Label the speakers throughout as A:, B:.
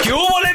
A: ¿Qué hubo, le,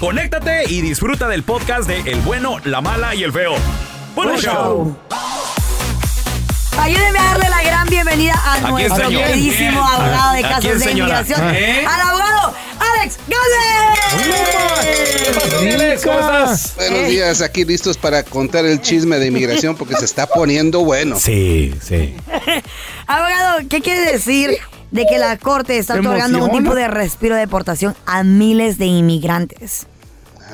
A: conéctate y disfruta del podcast de El bueno, la mala y el feo. Bueno,
B: Buen
A: show.
B: Ayúdeme a darle la gran bienvenida a
A: Aquí
B: nuestro
A: está, señor.
B: queridísimo
A: Bien.
B: abogado de
A: Aquí
B: casos
A: es,
B: de
A: señora.
B: inmigración,
A: ¿Eh?
B: al abogado Alex González.
A: ¿Cómo estás?
B: Eh,
A: Eh.
C: Buenos días, aquí listos para contar el chisme de inmigración porque se está poniendo bueno.
A: Sí, sí.
B: Abogado, ¿qué quiere decir de que la Corte está
D: ¿Te
B: otorgando un
D: emociona?
B: tipo de respiro de deportación a miles de inmigrantes?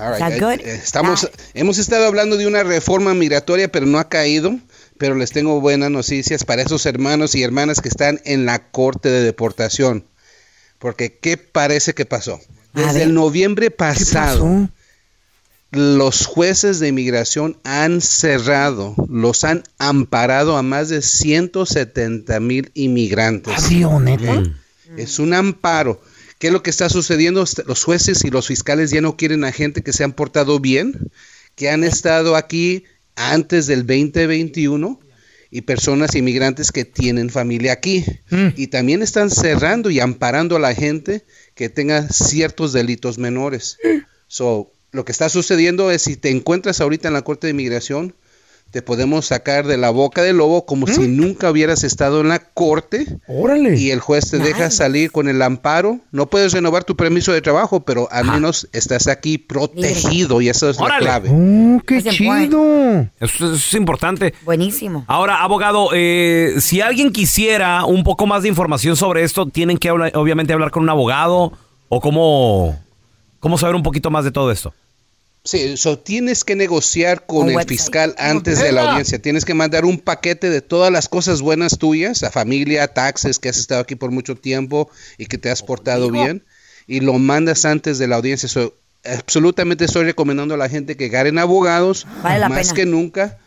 C: All right,
B: Está good.
C: eh, Estamos, hemos estado hablando de una reforma migratoria, pero no ha caído. Pero les tengo buenas noticias para esos hermanos y hermanas que están en la corte de deportación. Porque ¿qué parece que pasó? Desde el noviembre pasado, los jueces de inmigración han cerrado, los han amparado a más de 170 mil inmigrantes. Es un amparo. ¿Qué es lo que está sucediendo? Est- Los jueces y los fiscales ya no quieren a gente que se han portado bien, que han estado aquí antes del 2021 y personas inmigrantes que tienen familia aquí. Y también están cerrando y amparando a la gente que tenga ciertos delitos menores. So, lo que está sucediendo es si te encuentras ahorita en la Corte de Inmigración, te podemos sacar de la boca del lobo como si nunca hubieras estado en la corte
D: Órale.
C: y el juez te deja salir con el amparo. No puedes renovar tu permiso de trabajo, pero al menos estás aquí protegido y eso es
A: Órale.
C: la clave.
A: Mm.
D: Oh, qué
B: Ese fue.
D: chido.
A: Eso, eso es importante.
B: Buenísimo.
A: Ahora, abogado, eh, si alguien quisiera un poco más de información sobre esto, tienen que habla- obviamente hablar con un abogado o cómo, cómo saber un poquito más de todo esto.
C: Sí, so tienes que negociar con
B: Un
C: el
B: website.
C: fiscal antes de la audiencia. Tienes que mandar un paquete de todas las cosas buenas tuyas, a familia, taxes, que has estado aquí por mucho tiempo y que te has portado bien, y lo mandas antes de la audiencia. So, absolutamente estoy recomendando a la gente que garen abogados
B: Vale la
C: más
B: pena.
C: que nunca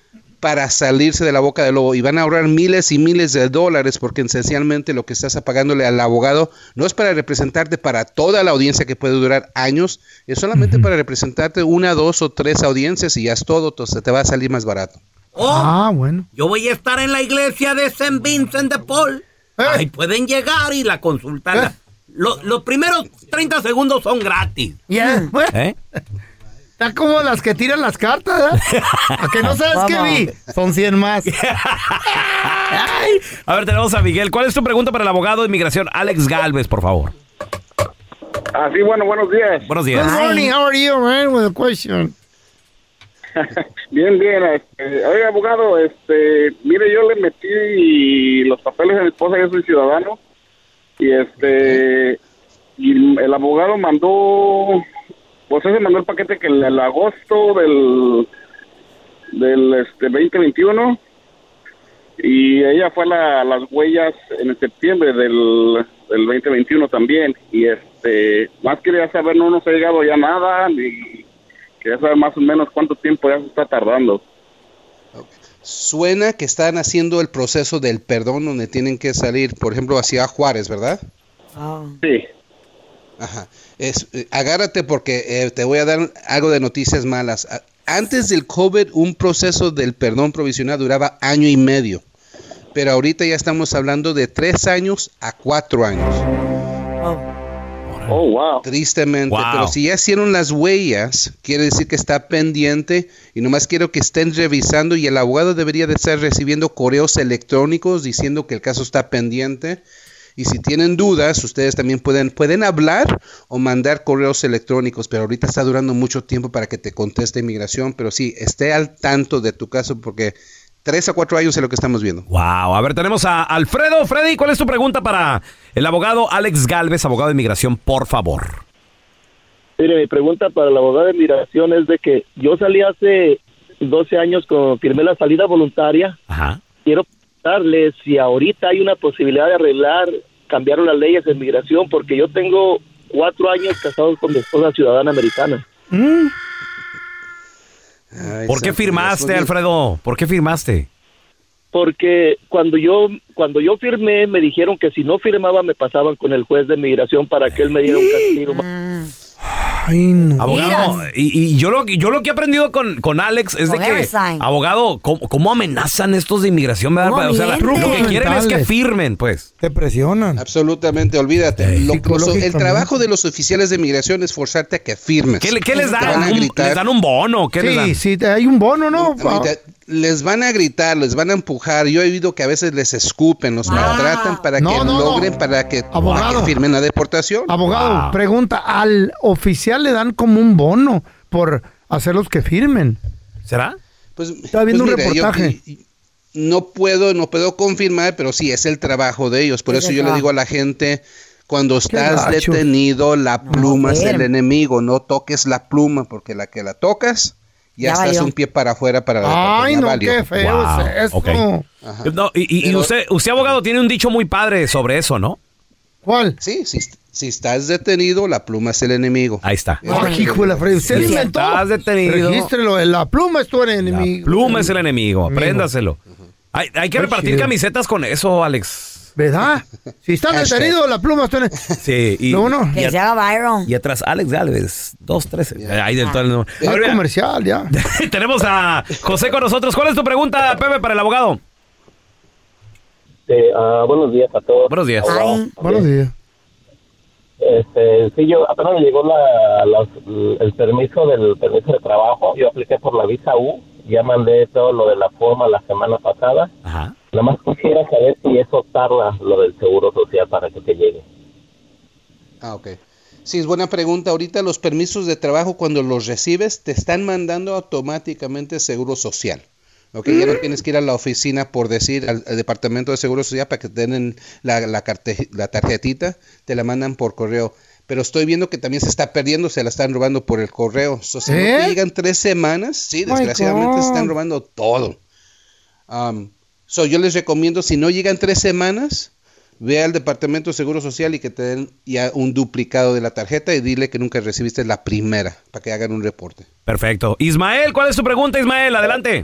C: para salirse de la boca del lobo y van a ahorrar miles y miles de dólares porque esencialmente lo que estás pagándole al abogado no es para representarte para toda la audiencia que puede durar años, es solamente para representarte una, dos o tres audiencias y ya es todo, entonces te va a salir más barato.
A: Oh,
D: Ah, bueno.
E: Yo voy a estar en la iglesia de St. Vincent de Paul.
D: Eh.
E: Ahí pueden llegar y la consultan. Lo- los primeros 30 segundos son gratis.
D: Ya después,
A: ¿Eh?
D: Está como las que tiran las cartas, ¿eh? A que no sabes qué vi. Son 100 más.
A: A ver, tenemos a Miguel. ¿Cuál es tu pregunta para el abogado de inmigración Alex Galvez, por favor?
C: Ah,
F: Así, bueno, buenos días.
A: Buenos
D: Good
A: días.
D: morning, how are you, man? With a question.
F: Bien, bien. Este, oye, abogado, este, mire, yo le metí los papeles a mi esposa, yo soy ciudadano, y este, y el abogado mandó, pues ese mandó el paquete que el, el agosto del, del este, 2021 y ella fue a la- las huellas en septiembre del, del 2021 también y este, más quería saber, no nos ha llegado ya nada, ni quería saber más o menos cuánto tiempo ya se está tardando.
C: Suena que están haciendo el proceso del perdón donde tienen que salir, por ejemplo, hacia Juárez, ¿verdad?
F: Sí.
C: Ajá. Es, eh, agárrate porque eh, te voy a dar algo de noticias malas. A- Antes del COVID, un proceso del perdón provisional duraba año y medio. Pero ahorita ya estamos hablando de tres años a cuatro años.
F: Oh, wow.
C: Tristemente.
F: Wow.
C: Pero si ya hicieron las huellas, quiere decir que está pendiente y nomás quiero que estén revisando y el abogado debería de estar recibiendo correos electrónicos diciendo que el caso está pendiente. Y si tienen dudas, ustedes también pueden, pueden hablar o mandar correos electrónicos, pero ahorita está durando mucho tiempo para que te conteste inmigración, pero sí, esté al tanto de tu caso porque tres a cuatro años es lo que estamos viendo.
A: Wow, a ver, tenemos a Alfredo. Freddy, ¿cuál es tu pregunta para el abogado Alex Galvez, abogado de inmigración, por favor?
G: Mire, mi pregunta para la abogada de migración es de que yo salí hace 12 años cuando firmé la salida voluntaria.
A: Ajá.
G: Quiero preguntarle si ahorita hay una posibilidad de arreglar, cambiaron las leyes de migración, porque yo tengo cuatro años casados con mi esposa ciudadana americana.
D: Mm.
A: ¿Por qué
G: Santo Dios,
A: firmaste,
G: oye.
A: Alfredo? ¿Por qué firmaste?
G: Porque cuando yo cuando yo firmé me dijeron que si no firmaba me pasaban con el juez de migración para que él me diera un castigo.
A: Abogado, y, y yo, lo, que- yo lo que he aprendido con, con Alex es de
G: Con
A: que,
G: Eversign.
A: abogado, ¿cómo, cómo amenazan estos de inmigración? verdad?
C: ¿Cómo
A: Ah, O sea, la- lo que
C: mienten?
A: quieren es que firmen, pues.
C: Te presionan. Absolutamente, olvídate. Lo- los- el
A: Psicológicamente.
C: trabajo de los oficiales de migración es forzarte a que firmes.
A: ¿Qué, le- qué les
C: Te van a
A: dan? ¿Un-
C: gritar.
A: ¿Les dan un bono? ¿Qué les dan?
C: sí, hay un bono, ¿no? les van a gritar, les van a empujar. Yo he oído que a veces les escupen,
A: Ah.
C: los maltratan para
D: No,
C: que
D: no, no.
C: logren, para que, para
D: Abogado.
C: que firmen la deportación.
D: Abogado,
A: Ah,
D: pregunta, al oficial le dan como un bono por hacerlos que firmen.
A: ¿Será?
C: Pues,
D: Estaba viendo
C: pues
D: un
C: mira, yo-
D: reportaje.
C: y- y- no puedo, no puedo confirmar, pero sí es el trabajo de ellos. Por
D: Es
C: eso
D: el
C: yo le
D: trabajo.
C: digo a la gente, cuando estás
D: gacho.
C: detenido, la pluma es el
D: damn.
C: enemigo. No toques la pluma, porque la que la tocas, ya,
D: Ya
C: estás
D: valió.
C: un pie para afuera para la
D: Ay,
C: deportación, ya
D: no,
C: valió.
D: qué feo
A: Wow,
D: es esto.
A: ok. No, y y- y usted, usted, abogado, tiene un dicho muy padre sobre eso, ¿no?
D: ¿Cuál?
C: Sí, si, si estás detenido, la pluma es el enemigo.
A: Ahí está.
D: Ay, hijo de la Freddy, usted lo inventó.
A: Estás detenido.
D: Regístrelo, eh, la pluma es tu enemigo.
A: Pluma es el enemigo, préndaselo. Hay, hay que
D: Qué
A: repartir
D: chido.
A: camisetas con eso, Alex.
D: ¿Verdad? Si estás
A: Hashtag.
D: detenido, la pluma es tu enemigo.
A: Sí, y,
D: No, uno.
A: y,
D: Que
A: at-
D: se
B: haga viral.
A: y atrás, Alex Galvez, 213. Ahí
D: Ah.
A: del todo el nombre.
D: Es
A: A ver, mira,
D: comercial, ya.
A: tenemos a José con nosotros. ¿Cuál es tu pregunta, Pepe, para el abogado?
G: Este, ah, buenos días a todos.
A: Buenos días.
D: Buenos días.
G: Este, sí, yo apenas me llegó la, las- el permiso del permiso de trabajo. Yo apliqué por la visa U, ya mandé todo lo de la forma la semana pasada.
A: Ajá.
G: Nada más quisiera saber si eso tarda lo del seguro social para que te llegue.
C: Ah, ok. Sí, es buena pregunta. Ahorita los permisos de trabajo, cuando los recibes, te están mandando automáticamente Seguro Social. Ok, ya no tienes que ir a la oficina por decir al, al Departamento de Seguro Social para que te den la, la carte- la tarjetita, te la mandan por correo. Pero estoy viendo que también se está perdiendo, se la están robando por el correo. So, si no te
D: ¿Eh?
C: llegan tres semanas, sí,
D: My
C: desgraciadamente se están
D: God.
C: robando todo. Um, so, yo les recomiendo, si no llegan tres semanas, Ve al Departamento de Seguro Social y que te den ya un duplicado de la tarjeta y dile que nunca recibiste la primera para que hagan un reporte.
A: Perfecto. Ismael, ¿cuál es tu pregunta, Ismael? Adelante.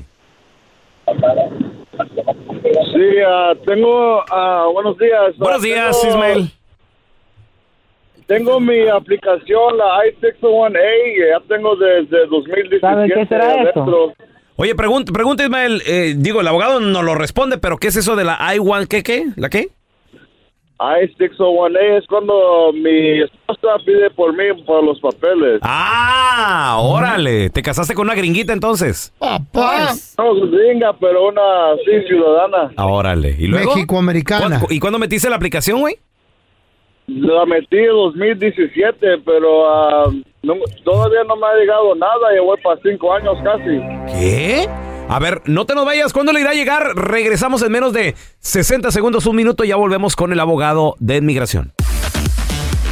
F: Sí, ah, tengo, ah, buenos días.
A: Buenos
F: Ah,
A: días,
F: tengo-
A: Ismael.
F: Tengo mi aplicación, la I-601A, que ya tengo desde 2017.
A: ¿Sabe qué será eso?
F: adentro.
A: Oye, pregunta, pregunta Ismael. eh, digo, el abogado no lo responde, pero ¿qué es eso de la I-1? ¿Qué, qué? ¿La qué?
F: I-601A es cuando mi esposa pide por mí por los papeles.
A: ¡Ah! Órale. ¿Te casaste con una gringuita entonces?
H: Ah.
D: ¡Papá!
A: pues.
F: No, pues, gringa, pero una sí ciudadana.
A: Ah, Órale. ¿Y luego?
D: México-americana.
A: ¿Cuándo- ¿Y cuándo metiste la aplicación, güey?
F: La metí en 2017, pero ah, no- todavía no me ha llegado nada. Ya voy para cinco años casi.
A: ¿Qué? A ver, no te nos vayas. ¿Cuándo le irá a llegar? Regresamos en menos de 60 segundos, un minuto. Ya volvemos con el abogado de inmigración.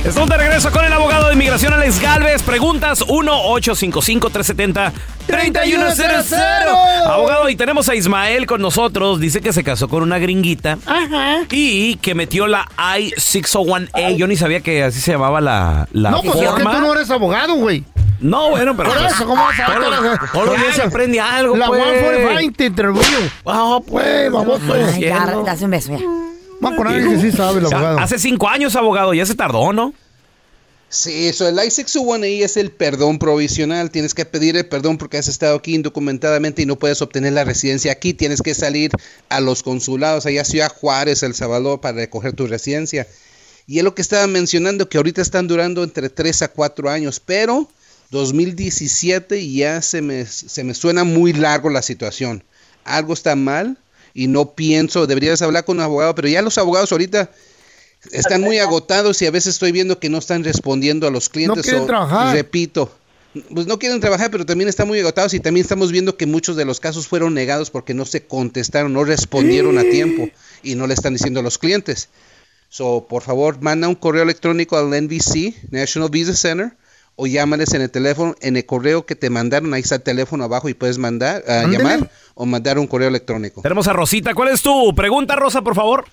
A: Estamos de regreso con el abogado de inmigración Alex Galvez. Preguntas 1-855-370-3100. Abogado, y tenemos a Ismael con nosotros. Dice que se casó con una gringuita
I: Ajá.
A: y que metió la I-601A. Yo ni sabía que así se llamaba la, la
D: no, pues es que
A: forma.
D: tú no eres abogado, güey.
A: No, bueno, pero.
D: Por
A: pues,
D: eso, ¿cómo vas a
A: todos los- todos los días se aprende algo,
D: La
A: pues.
D: 145 te interview.
A: Ah,
D: pues, vamos.
B: Ay, ya, dase un beso, ya.
D: Vamos con alguien que sí sabe el
A: O sea,
D: abogado.
A: Hace cinco años, abogado, ya se tardó, ¿no?
C: Sí, eso, el I-601I E es el perdón provisional. Tienes que pedir el perdón porque has estado aquí indocumentadamente y no puedes obtener la residencia aquí. Tienes que salir a los consulados, allá a Ciudad Juárez, El Salvador, para recoger tu residencia. Y es lo que estaba mencionando, que ahorita están durando entre 3 a 4 años, pero 2017 ya se me, se me suena muy largo la situación. Algo está mal y no pienso, deberías hablar con un abogado, pero ya los abogados ahorita están muy agotados y a veces estoy viendo que no están respondiendo a los clientes.
D: quieren
C: o-
D: trabajar.
C: Repito, pues no quieren trabajar, pero también están muy agotados y también estamos viendo que muchos de los casos fueron negados porque no se contestaron, no respondieron a tiempo y no le están diciendo a los clientes. So, por favor, manda un correo electrónico al NVC, National Visa Center, o llámales en el teléfono, en el correo que te mandaron, ahí está el teléfono abajo y puedes mandar, ah,
A: Ándale.
C: llamar o mandar un correo electrónico.
A: Tenemos a Rosita. ¿Cuál es tu pregunta, Rosa, por favor?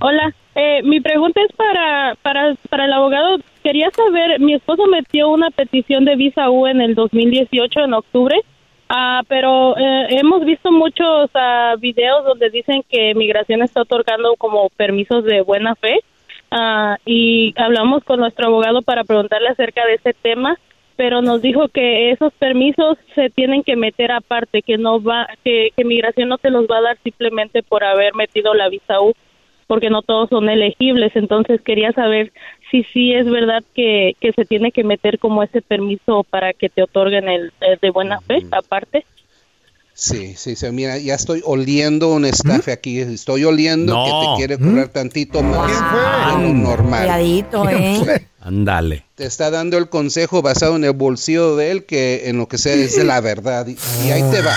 I: Hola, eh, mi pregunta es para, para, para el abogado. Quería saber, mi esposo metió una petición de visa U en el 2018, en octubre, ah, pero eh, hemos visto muchos ah, videos donde dicen que migración está otorgando como permisos de buena fe ah, y hablamos con nuestro abogado para preguntarle acerca de ese tema, pero nos dijo que esos permisos se tienen que meter aparte, que no va, que, que migración no te los va a dar simplemente por haber metido la visa U porque no todos son elegibles. Entonces quería saber si sí es verdad que, que se tiene que meter como ese permiso para que te otorguen el, el de buena fe, aparte.
C: Sí, sí, sí, mira, ya estoy oliendo un estafe aquí, estoy oliendo
A: No.
C: que te quiere cobrar tantito más de lo normal.
B: Cuidadito, ¿eh?
A: Ándale.
C: Te está dando el consejo basado en el bolsillo de él que en lo que sea es de la verdad y, y ahí te va.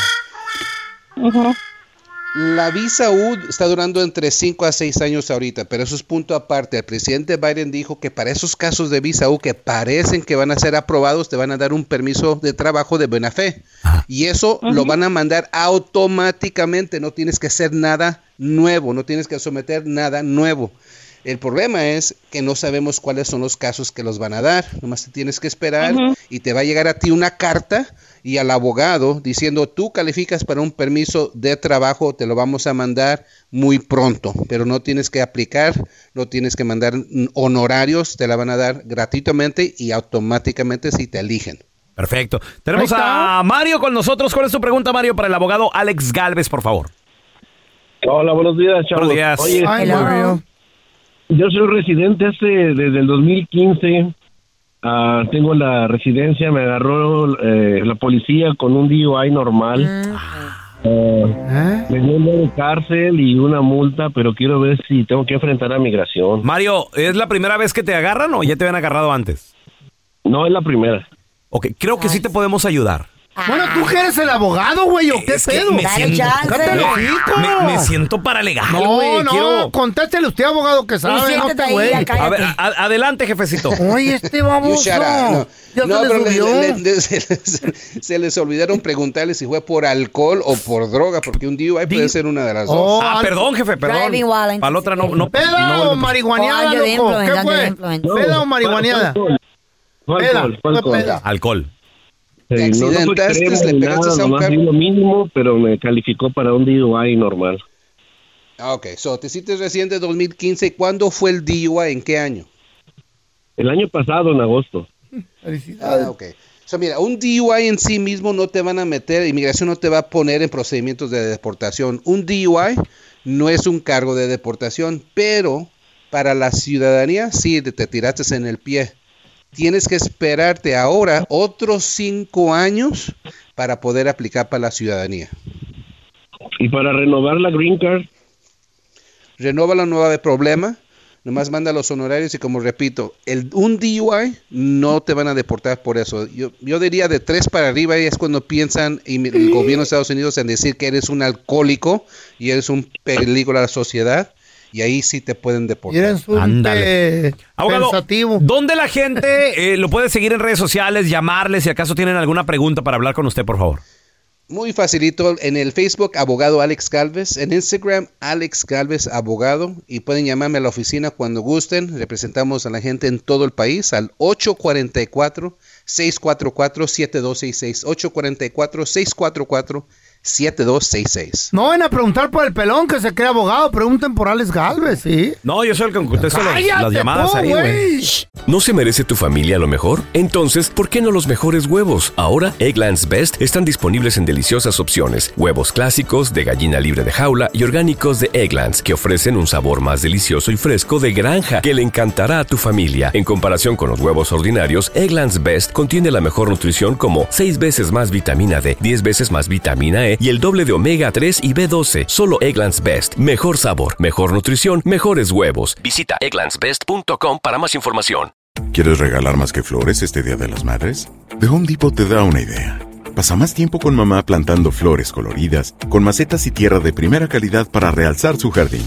C: La visa U está durando entre 5 a 6 años ahorita, pero eso es punto aparte. El presidente Biden dijo que para esos casos de visa U que parecen que van a ser aprobados, te van a dar un permiso de trabajo de buena fe. Y eso lo van a mandar automáticamente, no tienes que hacer nada nuevo, no tienes que someter nada nuevo. El problema es que no sabemos cuáles son los casos que los van a dar. Nomás te tienes que esperar y te va a llegar a ti una carta y al abogado diciendo tú calificas para un permiso de trabajo, te lo vamos a mandar muy pronto, pero no tienes que aplicar, no tienes que mandar mm, honorarios, te la van a dar gratuitamente y automáticamente si te eligen.
A: Perfecto. Tenemos a Mario con nosotros. ¿Cuál es tu pregunta, Mario, para el abogado Alex Galvez, por favor?
J: Hola, buenos días, chavos.
A: Buenos días.
J: Oye, este,
A: Ay, Hello. Mario.
J: yo soy residente hace, desde el 2015. Ah, tengo la residencia, me agarró eh, la policía con un DUI normal. Ah,
C: ¿Eh?
J: Me dio un año de cárcel y una multa, pero quiero ver si tengo que enfrentar a migración.
A: Mario, ¿es la primera vez que te agarran o ya te habían agarrado antes?
J: No, es la primera.
A: Ok, creo que sí te podemos ayudar.
D: Bueno, tú que eres el abogado, güey, ¿o qué
A: Es que
D: pedo?
A: me siento-
D: Cállate el hocico.
A: me, me siento paralegal, güey.
D: No, no,
A: quiero-
D: contéstele usted, abogado, que sabe, no
A: siéntate
D: te
A: ahí,
D: güey.
A: A ver, ah, a- adelante, jefecito.
D: Oye, este
C: You
D: baboso.
C: shut up.
D: Ya
C: No,
D: se le
C: pero le-
D: subió.
C: le- le- se, les, se les olvidaron preguntarle si fue por alcohol o por droga, porque un DUI puede ser una de
D: Oh,
C: las dos.
A: ah, perdón, jefe, perdón.
C: Driving while
A: Para la otra no. no
D: ¿Peda
A: no-
D: o marihuaneada,
B: Daño Oh, de
D: loco?
B: influence,
D: ¿Qué
B: daño de
D: fue?
B: influence.
D: ¿Peda o marihuaneada?
J: Fue
D: Peda,
J: alcohol, fue
D: fue
J: alcohol.
D: peda.
A: Alcohol.
J: Sí,
C: Te
J: no, no fue
C: accidentaste,
J: extremo
C: este, le
J: ni
C: pegaste
J: nada,
C: a un
J: nomás
C: carro.
J: di lo mínimo, pero me calificó para un DUI normal.
C: Ah, ok, so, te hiciste recién de 2015. ¿Cuándo fue el DUI? ¿En qué año?
J: El año pasado, en agosto.
C: Ah, ok. So, mira, un DUI en sí mismo no te van a meter, inmigración no te va a poner en procedimientos de deportación. Un DUI no es un cargo de deportación, pero para la ciudadanía sí te, te tiraste en el pie. Tienes que esperarte ahora otros cinco años para poder aplicar para la ciudadanía.
J: Y para renovar la green card,
C: Renóvala, no va a haber problema. Nomás manda los honorarios y como repito, el, un DUI no te van a deportar por eso. Yo, yo diría de tres para arriba y es cuando piensan y mi- el gobierno de Estados Unidos en decir que eres un alcohólico y eres un peligro a la sociedad. y ahí sí te pueden deportar.
A: Ándale. Abogado, ¿dónde la gente eh, lo puede seguir en redes sociales, llamarles si acaso tienen alguna pregunta para hablar con usted, por favor?
C: Muy facilito en el Facebook, abogado Alex Calves, en Instagram, Alex Calves Abogado, y pueden llamarme a la oficina cuando gusten. Representamos a la gente en todo el país al 844-644-7266. 844-644-7266.
D: No van a preguntar por el pelón que se cree abogado, pregunten por Alex Galvez, ¿sí?
A: No, yo soy el que contesto las,
D: Cállate,
A: las llamadas
D: po,
A: ahí, güey.
D: güey.
K: ¿No se merece tu familia lo mejor? Entonces, ¿por qué no los mejores huevos? Ahora, Egglands Best están disponibles en deliciosas opciones. Huevos clásicos, de gallina libre de jaula y orgánicos de Egglands, que ofrecen un sabor más delicioso y fresco de granja que le encantará a tu familia. En comparación con los huevos ordinarios, Egglands Best contiene la mejor nutrición como 6 veces más vitamina D, 10 veces más vitamina E y el doble de omega 3 y B12. Solo Egglands Best. Mejor sabor, mejor nutrición, mejores huevos. Visita egglandsbest.com para más información.
L: ¿Quieres regalar más que flores este Día de las Madres? The Home Depot te da una idea. Pasa más tiempo con mamá plantando flores coloridas, con macetas y tierra de primera calidad para realzar su jardín.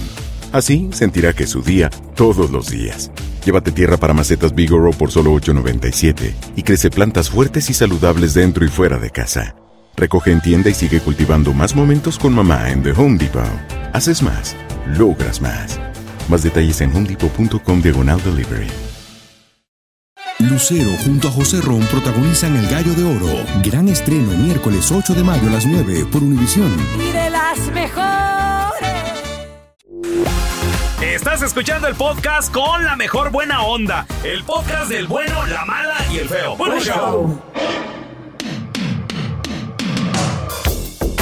L: Así sentirá que es su día todos los días. Llévate tierra para macetas Bigoro por solo $8.97 y crece plantas fuertes y saludables dentro y fuera de casa. Recoge en tienda y sigue cultivando más momentos con mamá en The Home Depot. Haces más, logras más. Más detalles en homedepot.com diagonal delivery.
M: Lucero junto a José Ron protagonizan El Gallo de Oro. Gran estreno miércoles 8 de mayo a las 9 por Univisión.
N: Y de las mejores.
A: Estás escuchando el podcast con la mejor buena onda. El podcast del bueno, la mala y el feo. Bueno, show.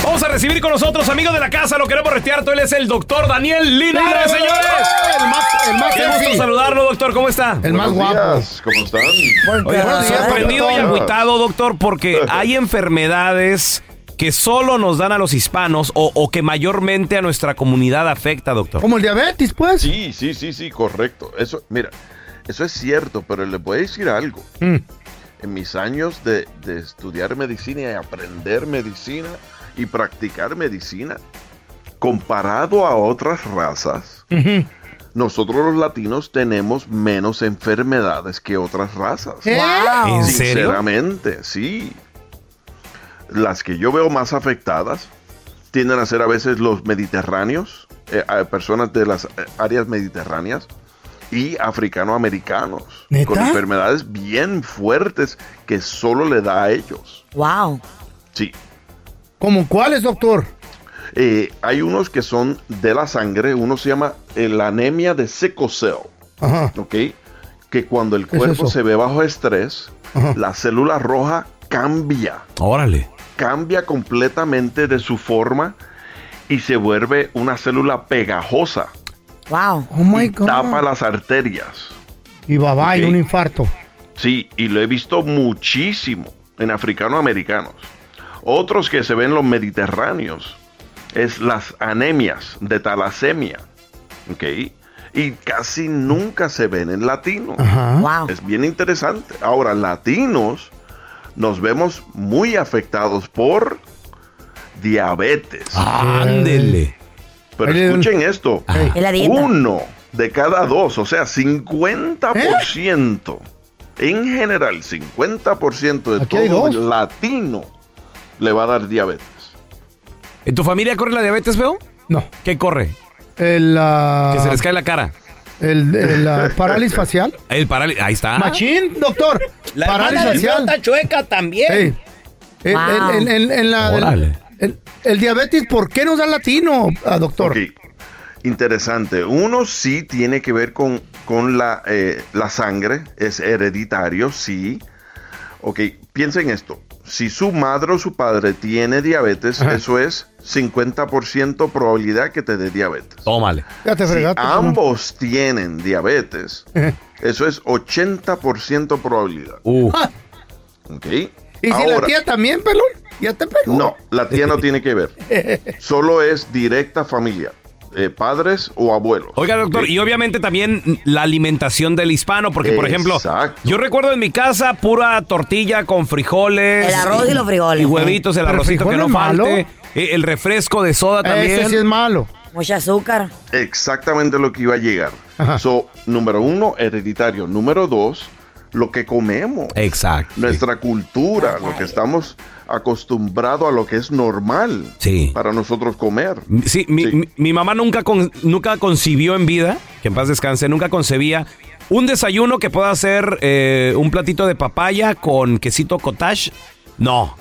A: Vamos a recibir con nosotros, amigos de la casa, lo queremos retear. Él es el doctor Daniel Linares, señores.
D: El más, el más
A: Qué gusto
D: sexy.
A: saludarlo, doctor. ¿Cómo está?
D: El más
O: Buenos
D: guapo.
O: días, ¿Cómo están?
A: Oye, sorprendido y agüitado, doctor, porque hay enfermedades que solo nos dan a los hispanos o, o que mayormente a nuestra comunidad afecta, doctor.
D: Como el diabetes, pues.
O: Sí, sí, sí, sí, correcto. Eso, mira, eso es cierto, pero les voy a decir algo.
D: Mm.
O: En mis años de, de estudiar medicina y aprender medicina y practicar medicina, comparado a otras razas, nosotros los latinos tenemos menos enfermedades que otras razas.
N: ¿Eh? Wow. ¿En serio?
O: Sinceramente, sí. Las que yo veo más afectadas tienden a ser a veces los mediterráneos, eh, a personas de las eh, áreas mediterráneas y africanoamericanos,
N: ¿Neta?
O: con enfermedades bien fuertes que solo le da a ellos.
B: Wow.
O: Sí.
D: ¿Como cuáles, doctor?
O: Eh, hay unos que son de la sangre, uno se llama eh, la anemia de sickle cell,
D: Ajá.
O: ¿ok? Que cuando el
D: ¿Qué es
O: cuerpo
D: eso?
O: se ve bajo estrés, la célula roja cambia,
A: Órale.
O: cambia completamente de su forma y se vuelve una célula pegajosa,
B: Wow.
D: Oh my God.
O: tapa las arterias.
D: Y babá, y
O: Ok.
D: un infarto.
O: Sí, y lo he visto muchísimo en africanoamericanos. Otros que se ven los mediterráneos es las anemias de talasemia. ¿Ok? Y casi nunca se ven en latinos. Es bien interesante. Ahora, latinos nos vemos muy afectados por diabetes.
A: Ándele.
O: Pero
A: Oye,
O: escuchen esto.
B: Es la dieta.
O: Uno de cada dos, o sea, 50%. En general, 50% de
A: ¿Eh? Aquí hay
O: todo
A: dos.
O: latino le va a dar diabetes.
A: ¿En tu familia corre la diabetes, veo?
D: No.
A: ¿Qué corre?
D: El, ah,
A: que se les cae la cara.
D: el, el, ah, parálisis facial.
A: El parálisis. Ahí está.
D: Machín, doctor.
A: La
D: parálisis
A: hermana del
D: facial.
E: Está chueca también.
D: Ey. En-
E: Wow.
D: en- en- en la-
O: Órale.
D: el- el diabetes, ¿por qué nos da latino, ah, doctor?
O: Interesante. Uno sí tiene que ver con, con la, eh, la sangre, es hereditario, sí. Ok, piensen esto. Si su madre o su padre tiene diabetes, eso es 50% probabilidad que te dé diabetes.
A: Tómale.
D: Ya te fregaste, ¿cómo?
O: ambos tienen diabetes, eso es 80% probabilidad.
D: Ah,
O: Ok.
D: ¿Y si la
O: Ahora-
D: tía también, pelón? Ya te pegó.
O: no, la tía no tiene que ver. Solo es directa familia, eh, padres o abuelos.
A: Oiga, doctor, y obviamente también la alimentación del hispano, porque, por ejemplo, yo recuerdo en mi casa pura tortilla con frijoles.
B: El arroz y los frijoles.
A: Y huevitos, el
B: Pero
A: arrocito que no
B: frijoles malo.
A: falte. eh, El refresco de soda
D: Ese
A: también.
D: sí es malo.
B: Mucha azúcar.
O: Exactamente lo que iba a llegar. So, número uno, hereditario. Número dos, lo que comemos.
A: Exacto.
O: Nuestra cultura, lo que estamos acostumbrados a lo que es normal para nosotros comer.
A: Sí, mi, mi- mi mamá nunca, con- nunca concibió en vida, que en paz descanse, nunca concebía un desayuno que pueda ser eh, un platito de papaya con quesito cottage. No.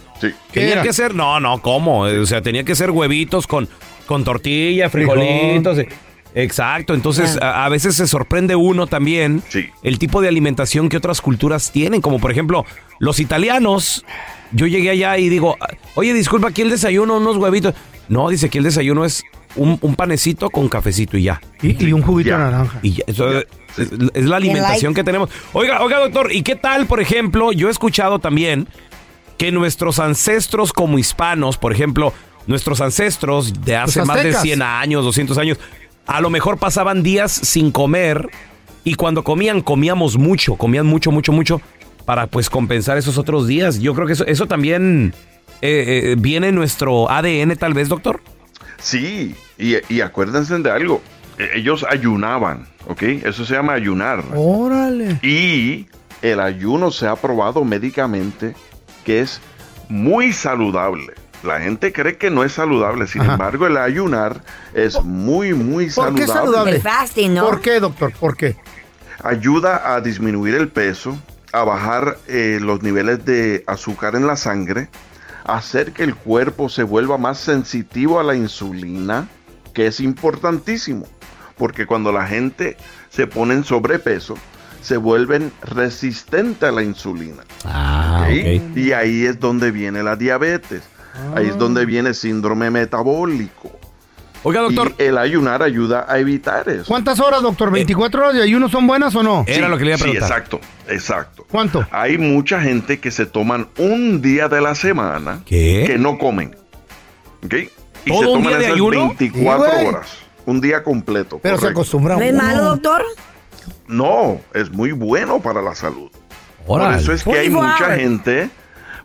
A: Tenía
P: Era.
A: que ser, no, no, ¿cómo? Eh, O sea, tenía que ser huevitos con, con tortilla, frijolitos. eh. Exacto, entonces a, a veces se sorprende uno también el tipo de alimentación que otras culturas tienen, como por ejemplo los italianos. Yo llegué allá y digo, oye, disculpa, aquí el desayuno, unos huevitos. No, dice que el desayuno es un, un panecito con cafecito y ya.
D: Y, y un juguito de naranja.
A: Y ya, eso es, es la alimentación que tenemos. Oiga, oiga, doctor, ¿y qué tal, por ejemplo? Yo he escuchado también que nuestros ancestros como hispanos, por ejemplo, nuestros ancestros de hace más de
P: aztecas.
A: 100 años, 200 años, a lo mejor pasaban días sin comer y cuando comían, comíamos mucho, comían mucho, mucho, mucho para pues compensar esos otros días. Yo creo que eso, eso también eh, eh, viene en nuestro ADN tal vez, doctor.
O: Sí, y, y acuérdense de algo. E- Ellos ayunaban, ¿ok? Eso se llama ayunar.
D: Órale.
O: Y el ayuno se ha probado médicamente que es muy saludable. La gente cree que no es saludable, sin embargo el ayunar es muy, muy
D: ¿Por
O: saludable.
D: qué saludable? fasting, ¿no? ¿Por qué, doctor? ¿Por qué?
O: Ayuda a disminuir el peso, a bajar eh, los niveles de azúcar en la sangre, hacer que el cuerpo se vuelva más sensitivo a la insulina, que es importantísimo, porque cuando la gente se pone en sobrepeso, se vuelven resistentes a la insulina.
D: Ah,
O: ¿ok? Y ahí es donde viene la diabetes, ahí
D: Ah.
O: es donde viene síndrome metabólico.
A: Oiga,
O: doctor. el ayunar ayuda a evitar eso.
D: ¿Cuántas horas, doctor? ¿24 horas de ayuno son buenas o no?
O: Sí, Sí, exacto, exacto.
D: ¿Cuánto?
O: Hay mucha gente que se toman un día de la semana que no comen. ¿Ok? Y
D: ¿Todo un
O: se toman
D: día de
O: esas
D: ayuno?
O: 24
D: Sí, güey.
O: horas. Un día completo.
D: Pero se
O: correcto.
D: acostumbra
B: ¿No es
D: uno.
B: malo, doctor?
O: No, es muy bueno para la salud. Por eso es que hay
B: Igual.
O: mucha gente,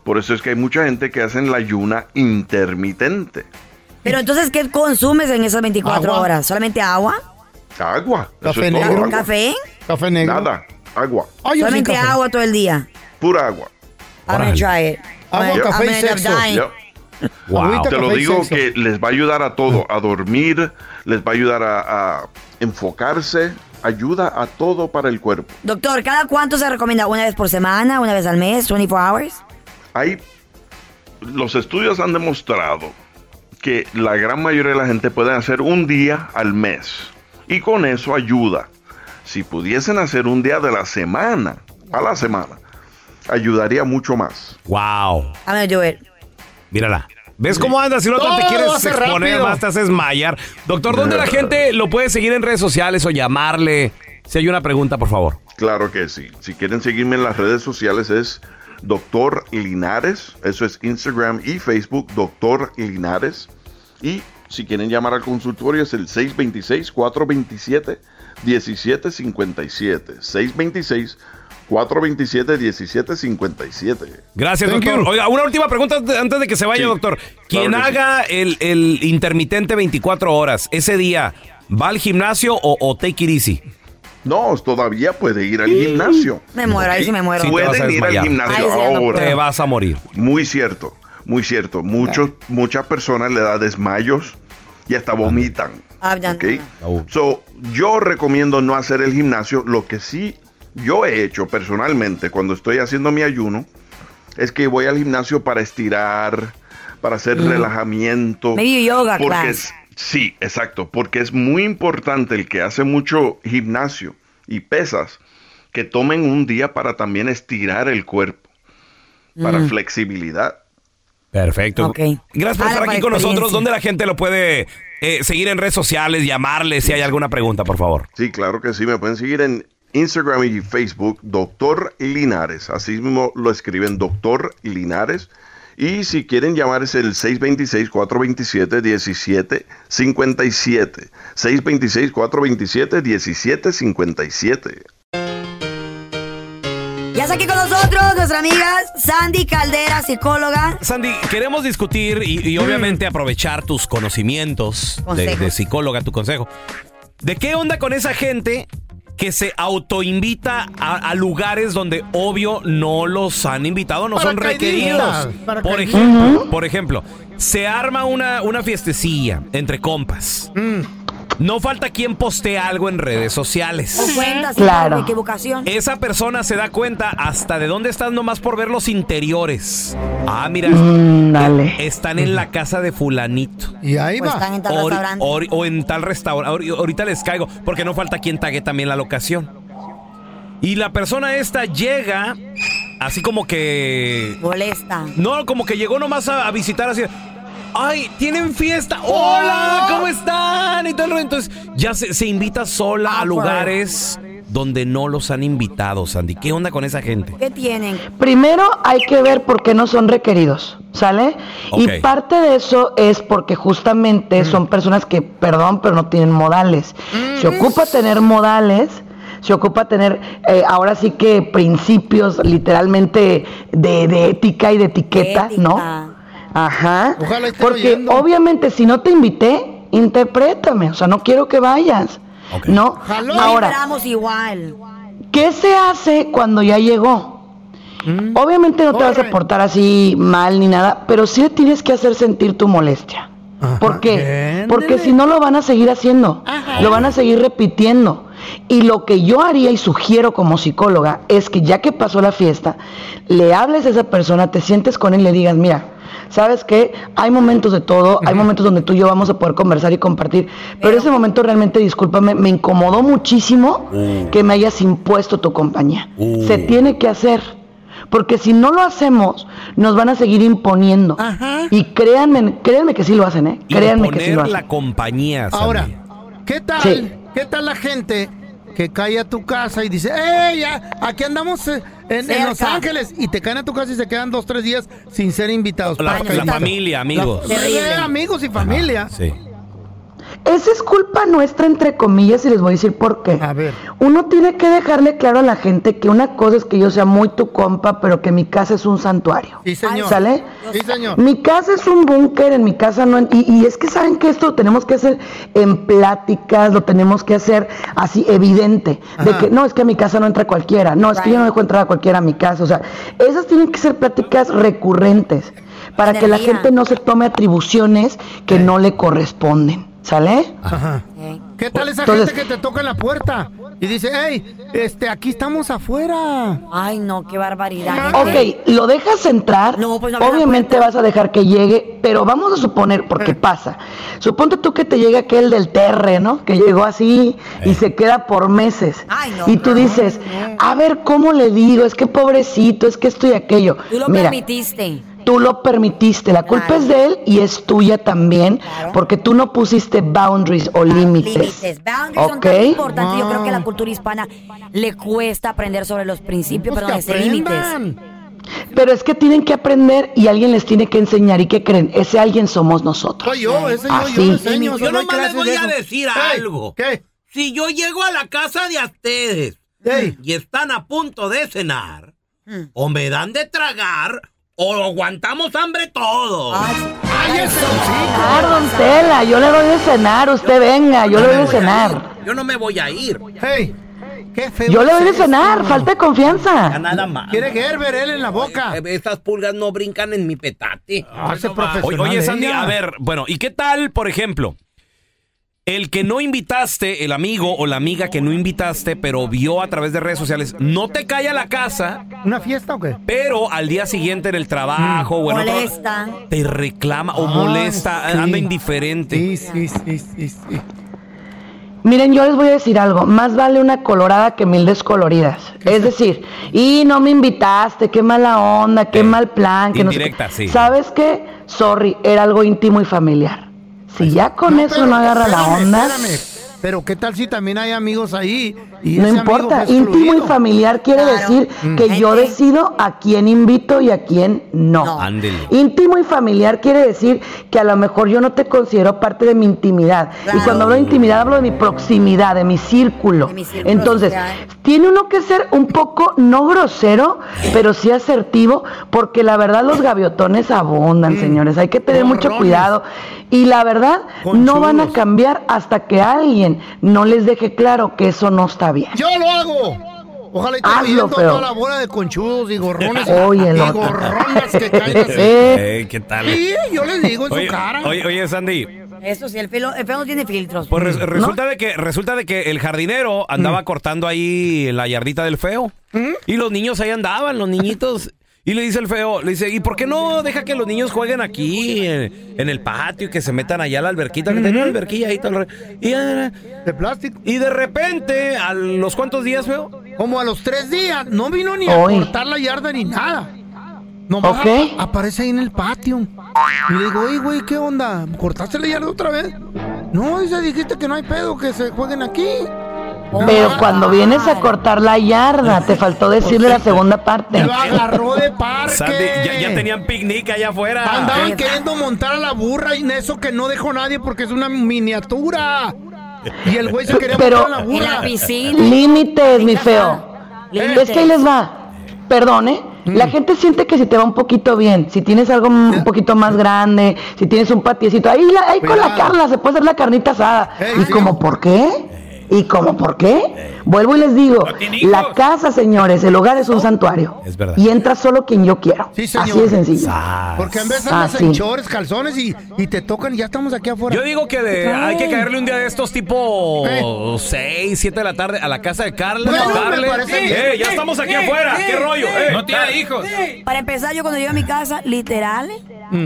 O: por eso es que hay mucha gente que hacen la ayuna intermitente.
B: Pero entonces, ¿qué consumes en esas 24
O: Agua.
B: horas? ¿Solamente agua?
O: Agua. eso
B: ¿Café
O: es todo,
B: negro?
O: agua.
B: ¿Café?
D: ¿Café negro?
O: Nada, agua.
B: Solamente agua todo el día.
O: Pura agua.
B: I'm gonna try it.
O: Agua,
B: I'm
O: café y
B: gonna end up
O: sexo.
B: dying.
O: Yep.
A: Wow. Agüita,
O: Te lo
A: café y
O: digo
A: sexo.
O: que les va a ayudar a todo, a dormir, les va a ayudar a, a enfocarse, ayuda a todo para el cuerpo.
B: Doctor, ¿cada cuánto se recomienda? ¿Una vez por semana? ¿Una vez al mes? ¿24 hours?
O: Hay, los estudios han demostrado que la gran mayoría de la gente puede hacer un día al mes y con eso ayuda. Si pudiesen hacer un día de la semana, a la semana, ayudaría mucho más.
A: ¡Wow!
B: I'm gonna do it.
A: Mírala. ¿Ves cómo andas? Si no
B: Todo
A: te
B: lo
A: quieres
B: hace
A: exponer
B: rápido.
A: más, te haces mayar. Doctor, ¿dónde la gente lo puede seguir en redes sociales o llamarle? Si hay una pregunta, por favor.
O: Claro que sí. Si quieren seguirme en las redes sociales es Doctor Linares. Eso es Instagram y Facebook, Doctor Linares. Y si quieren llamar al consultorio es el 626-427-1757. 626-427-1757.
A: Gracias,
O: Thank
A: doctor.
O: you.
A: Oiga, una última pregunta ante- antes de que se vaya, doctor. Quien
O: que sí.
A: haga el, el intermitente 24 horas, ese día, ¿va al gimnasio o, o take it easy?
O: No, todavía puede ir al gimnasio.
B: Me muero, ahí sí me muero.
A: Sí, te vas a
O: Pueden ir al
A: desmayar.
O: gimnasio
B: Ahí sí, no
O: ahora.
B: puedo. Te
A: vas a morir.
O: Muy cierto, muy cierto. Muchos, muchas personas le da desmayos y hasta vomitan.
B: Ah, ya no.
O: ¿ok? So, yo recomiendo no hacer el gimnasio. Lo que sí yo he hecho personalmente cuando estoy haciendo mi ayuno es que voy al gimnasio para estirar, para hacer relajamiento.
B: Maybe yoga
O: porque
B: class.
O: es- sí, exacto, porque es muy importante el que hace mucho gimnasio y pesas que tomen un día para también estirar el cuerpo, para
A: Mm.
O: flexibilidad.
A: Perfecto. Gracias por
O: Habla
A: estar
O: por
A: aquí con nosotros.
O: experiencia.
A: ¿Dónde la gente lo puede eh, seguir en redes sociales, llamarle si hay alguna pregunta, por favor?
O: Sí, claro que sí. Me pueden seguir en Instagram y Facebook, Doctor Linares. Así mismo lo escriben, Doctor Linares. Y si quieren llamar es el 626-427-1757. 626-427-1757.
B: Ya está aquí con nosotros nuestra amiga Sandy Caldera, psicóloga.
A: Sandy, queremos discutir y,
D: Mm.
A: y obviamente aprovechar tus conocimientos de,
B: Consejos.
A: de psicóloga, tu consejo. ¿De qué onda con esa gente que se autoinvita a, a lugares donde obvio no los han invitado, no son
D: Paracaidistas,
A: requeridos? Por
D: paracaidistas.
A: ejemplo, por ejemplo, se arma una, una fiestecilla entre compas.
D: Mm.
A: No falta quien postee algo en redes sociales.
B: O cuentas
A: Claro.
B: claro. equivocación.
A: Esa persona se da cuenta hasta de dónde están nomás por ver los interiores. Ah, mira.
D: Mm,
A: eh, Están en la casa de fulanito.
D: Y ahí
B: O
D: va.
B: Pues están en tal
A: Ori-
B: restaurante.
A: ori- o en tal restaurante. Ahorita les caigo, porque no falta quien tague también la locación. Y la persona esta llega, así como que...
B: Molesta.
A: No, como que llegó nomás a, a visitar así... ¡Ay, tienen fiesta! ¡Hola!
B: Oh.
A: ¿Cómo están? Y todo el rollo. Entonces ya se, se invita
B: Ah,
A: sola
B: pues.
A: a lugares donde no los han invitado, Sandy. ¿Qué onda con esa gente?
B: ¿Qué tienen?
P: Primero hay que ver por qué no son requeridos, ¿sale?
A: Ok.
P: Y parte de eso es porque
D: Mm.
P: justamente son personas que, perdón, pero no tienen modales. Se ocupa tener modales, se ocupa tener eh, ahora sí que principios literalmente de, de ética y de etiqueta, ¿no? Ajá.
D: Ojalá esté
P: Porque
D: oyendo.
P: obviamente si no te invité, interprétame, o sea, no quiero que vayas, ¿no?
B: No
P: Ahora,
B: vibramos igual.
P: ¿Qué se hace cuando ya llegó? Obviamente no te vas a portar así mal ni nada, pero sí tienes que hacer sentir tu molestia. ¿Por qué? Porque si no lo van a seguir haciendo, lo van a seguir repitiendo. Y lo que yo haría y sugiero como psicóloga es que ya que pasó la fiesta, le hables a esa persona, te sientes con él y le digas, mira, ¿sabes qué? Hay momentos de todo, hay momentos donde tú y yo vamos a poder conversar y compartir, pero ese momento realmente, discúlpame, me incomodó muchísimo
Q: Mm.
P: que me hayas impuesto tu compañía.
Q: Uh.
P: Se tiene que hacer. Porque si no lo hacemos, nos van a seguir imponiendo. Y créanme, créanme que sí lo hacen, ¿eh? Créanme que sí lo
A: Imponer
P: hacen.
A: la compañía, Sandy.
D: Ahora, ¿qué tal?
P: Sí.
D: ¿Qué tal la gente que cae a tu casa y dice, ¡Ey, ya, aquí andamos eh, en, en Los
A: Cerca.
D: Ángeles! Y te caen a tu casa y se quedan dos, tres días sin ser invitados.
A: La- la familia, amigos.
D: La- Eh, amigos y familia.
A: Sí.
P: Esa es culpa nuestra, entre comillas, y les voy a decir por qué. Uno tiene que dejarle claro a la gente que una cosa es que yo sea muy tu compa, pero que mi casa es un santuario.
D: Sí, señor.
P: ¿Sale?
D: Sí, señor.
P: Mi casa es un búnker, en mi casa no... Y, y es que saben que esto lo tenemos que hacer en pláticas, lo tenemos que hacer así evidente. De
Q: Ajá.
P: que no, es que a mi casa no entra cualquiera, no, es que yo no dejo entrar a cualquiera a mi casa. O sea, esas tienen que ser pláticas recurrentes para que la
B: Energía.
P: gente no se tome atribuciones que no le corresponden. ¿Sale?
D: Ajá. ¿Qué tal esa
P: Entonces-
D: gente que te toca en la puerta y dice, ¡Ey, este, aquí estamos afuera!
B: Ay, no, qué barbaridad.
P: Ok, lo dejas entrar,
B: pues,
P: obviamente vas a dejar que llegue, pero vamos a suponer, porque pasa, suponte tú que te llega aquel del terre, ¿no? Que llegó así y se queda por meses. y tú dices, a ver, ¿cómo le digo? Es que pobrecito, es que esto y aquello.
B: Tú lo
P: Mira,
B: permitiste.
P: Tú lo permitiste, la culpa es de él y es tuya también, porque tú no pusiste boundaries o límites.
B: Ah, Límites, boundaries son tan
P: Ok.
B: importantes. Yo creo que a la cultura hispana le cuesta aprender sobre los
D: Pues
B: principios, perdón, ese límites.
P: Pero es que tienen que aprender y alguien les tiene que enseñar. ¿Y qué creen? Ese alguien somos nosotros.
D: Soy yo, ese yo, yo
P: Así.
D: lo enseño.
E: Yo
D: no hay
E: nomás les
D: clases
E: voy
D: de
E: a
D: eso.
E: decir
D: Ey,
E: algo.
D: ¿Qué?
E: Si yo llego a la casa de ustedes y están a punto de cenar,
P: Hmm.
E: o me dan de tragar, o aguantamos hambre todos.
P: Claro, Ah, don Tela, yo le doy de cenar, usted venga, yo le doy de cenar.
E: Yo no me voy a ir.
D: Hey, qué feo.
P: Yo le doy de
D: es
P: cenar,
D: esto.
P: falta de
E: Ya
P: confianza.
E: nada más.
D: Quiere Gerber él en la boca.
E: Estas Eh, pulgas no brincan en mi petate.
D: Bueno,
E: va.
A: Pues Oye,
D: ¿eh?
A: oye, Sandy, a ver, bueno, ¿y qué tal, por ejemplo? El que no invitaste, el amigo o la amiga que no invitaste, pero vio a través de redes sociales, no te cae a la casa,
D: ¿Una fiesta o qué?
A: pero al día siguiente en el trabajo o en otro-
B: Molesta.
A: te reclama o
D: Ah,
A: molesta,
D: sí.
A: anda indiferente.
D: Sí, sí, sí, sí, sí.
P: Miren, yo les voy a decir algo, más vale una colorada que mil descoloridas. Es decir, y no me invitaste, qué mala onda, qué mal plan, que no sé qué.
A: indirecta, sí.
P: ¿Sabes qué? Sorry, era algo íntimo y familiar. Si ya con eso no agarra la onda,
D: Pero ¿qué tal si también hay amigos ahí? Y
P: No
D: ese amigo
P: importa,
D: fue
P: íntimo y
D: excluido? Mm.
P: familiar quiere decir que yo decido a quién invito y a quién no.
A: Ándele.
P: Íntimo y familiar quiere decir que a lo mejor yo no te considero parte de mi intimidad. Y cuando hablo de intimidad hablo de mi proximidad, de mi círculo.
Q: círculo
P: Entonces,
Q: social.
P: tiene uno que ser un poco, no grosero, pero sí asertivo, porque la verdad los gaviotones abundan, señores. Hay que tener mucho
Q: Gorrones.
P: cuidado. Y la verdad, no van a cambiar hasta que alguien no les deje claro que eso no está bien.
D: ¡Yo lo hago! Ojalá y esté
P: Hazlo,
D: viendo
P: feo.
D: toda la bola de conchudos y gorrones.
P: Oye, el
D: y
P: otro.
D: gorronas que caen así.
A: Eh, ¿Qué tal?
D: Sí, yo les digo en
A: Oye,
D: su cara.
A: Oye, oye, Sandy,
B: Eso sí, el pelo, el pelo no tiene filtros.
A: pues
D: Mm.
A: res- resulta de que resulta de que el jardinero andaba cortando ahí la yardita del feo.
D: ¿Mm?
A: Y los niños ahí andaban, los niñitos. Y le dice el feo, le dice, ¿y por qué no deja que los niños jueguen aquí en, en el patio y que se metan allá a la alberquita? Que tenía una alberquilla ahí todo el rollo?" Y,
D: de plástico.
A: Y de repente, a los cuantos días, feo.
D: Como a los tres días, no vino ni a
A: Hoy.
D: cortar la yarda ni nada. Nomás
A: Ok.
D: apa- aparece ahí en el patio. Y le digo, oye, güey, ¿qué onda? ¿Cortaste la yarda otra vez? No, dice, dijiste que no hay pedo, que se jueguen aquí.
P: Pero cuando vienes a cortar la yarda, te faltó decirle la segunda parte.
D: Agarró de parque.
A: Sandy, ya, ya tenían picnic allá afuera.
D: Andaban queriendo montar a la burra y en eso que no dejó nadie porque es una miniatura. Y el güey se quería
P: Pero
D: montar a la burra.
P: límites, mi feo. Es que ahí les va. Perdón, ¿eh? La gente siente que si te va un poquito bien, si tienes algo un poquito más grande, si tienes un patiecito, ahí, la- ahí con la Carla se puede hacer la carnita asada. ¿Y como por qué? ¿Y como por qué? Vuelvo y les digo, la casa, señores, el hogar es un santuario.
A: Es verdad.
P: Y entra solo quien yo quiero. Así de sencillo.
D: Porque a veces andas
P: Así.
D: en chores, calzones y, y te tocan y ya estamos aquí afuera.
A: Yo digo que de- hay que caerle un día de estos
D: Eh.
A: tipo 6, 7 de la tarde a la casa de Carla.
B: Bueno, me
A: tocarle.
B: parece
A: Eh,
B: bien.
A: ya
B: Sí,
A: estamos aquí
B: sí,
A: afuera.
B: sí,
A: ¿Qué rollo?
B: sí.
A: eh?
B: No
A: tiene hijos.
B: Para empezar, yo cuando llego a mi casa, literal,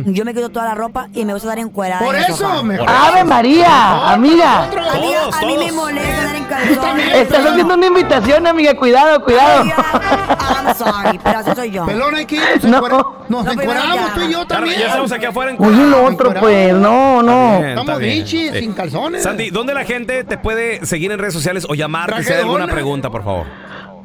B: yo me quito toda la ropa y me gusta dar encuerada.
D: Mm. Por
B: en el
D: eso,
B: sofá.
D: me- Por
P: Ave
D: eso.
P: María, amiga.
B: Amiga, a mí me molesta dar en calzones.
P: Estás haciendo una invitación, amiga. Cuidado, cuidado.
B: I'm sorry, pero así soy yo.
D: Pelón, hay que irnos.
P: No.
D: Nos encueramos tú y yo también.
A: ya estamos aquí afuera.
P: Oye, lo otro, pues. No, no.
D: Estamos bichis,
A: Eh,
D: sin calzones.
A: Sandy, ¿dónde la gente te puede seguir en redes sociales o llamar si hay alguna pregunta, por favor?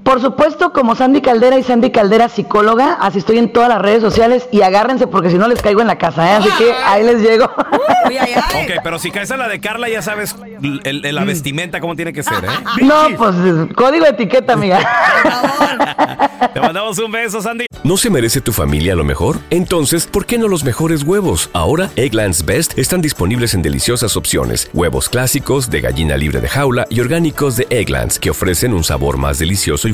P: Por supuesto, como Sandy Caldera y Sandy Caldera psicóloga, así estoy en todas las redes sociales y agárrense porque si no les caigo en la casa, ¿eh? Así que
B: Ah.
P: ahí les llego.
A: Ok, pero si caes a la de Carla, ya sabes el-
D: Mm.
A: el- la vestimenta cómo tiene que ser, ¿eh?
P: No, pues código de etiqueta, amiga.
A: Te mandamos un beso, Sandy.
K: ¿No se merece tu familia lo mejor? Entonces, ¿por qué no los mejores huevos? Ahora, Egglands Best están disponibles en deliciosas opciones. Huevos clásicos, de gallina libre de jaula y orgánicos de Egglands, que ofrecen un sabor más delicioso y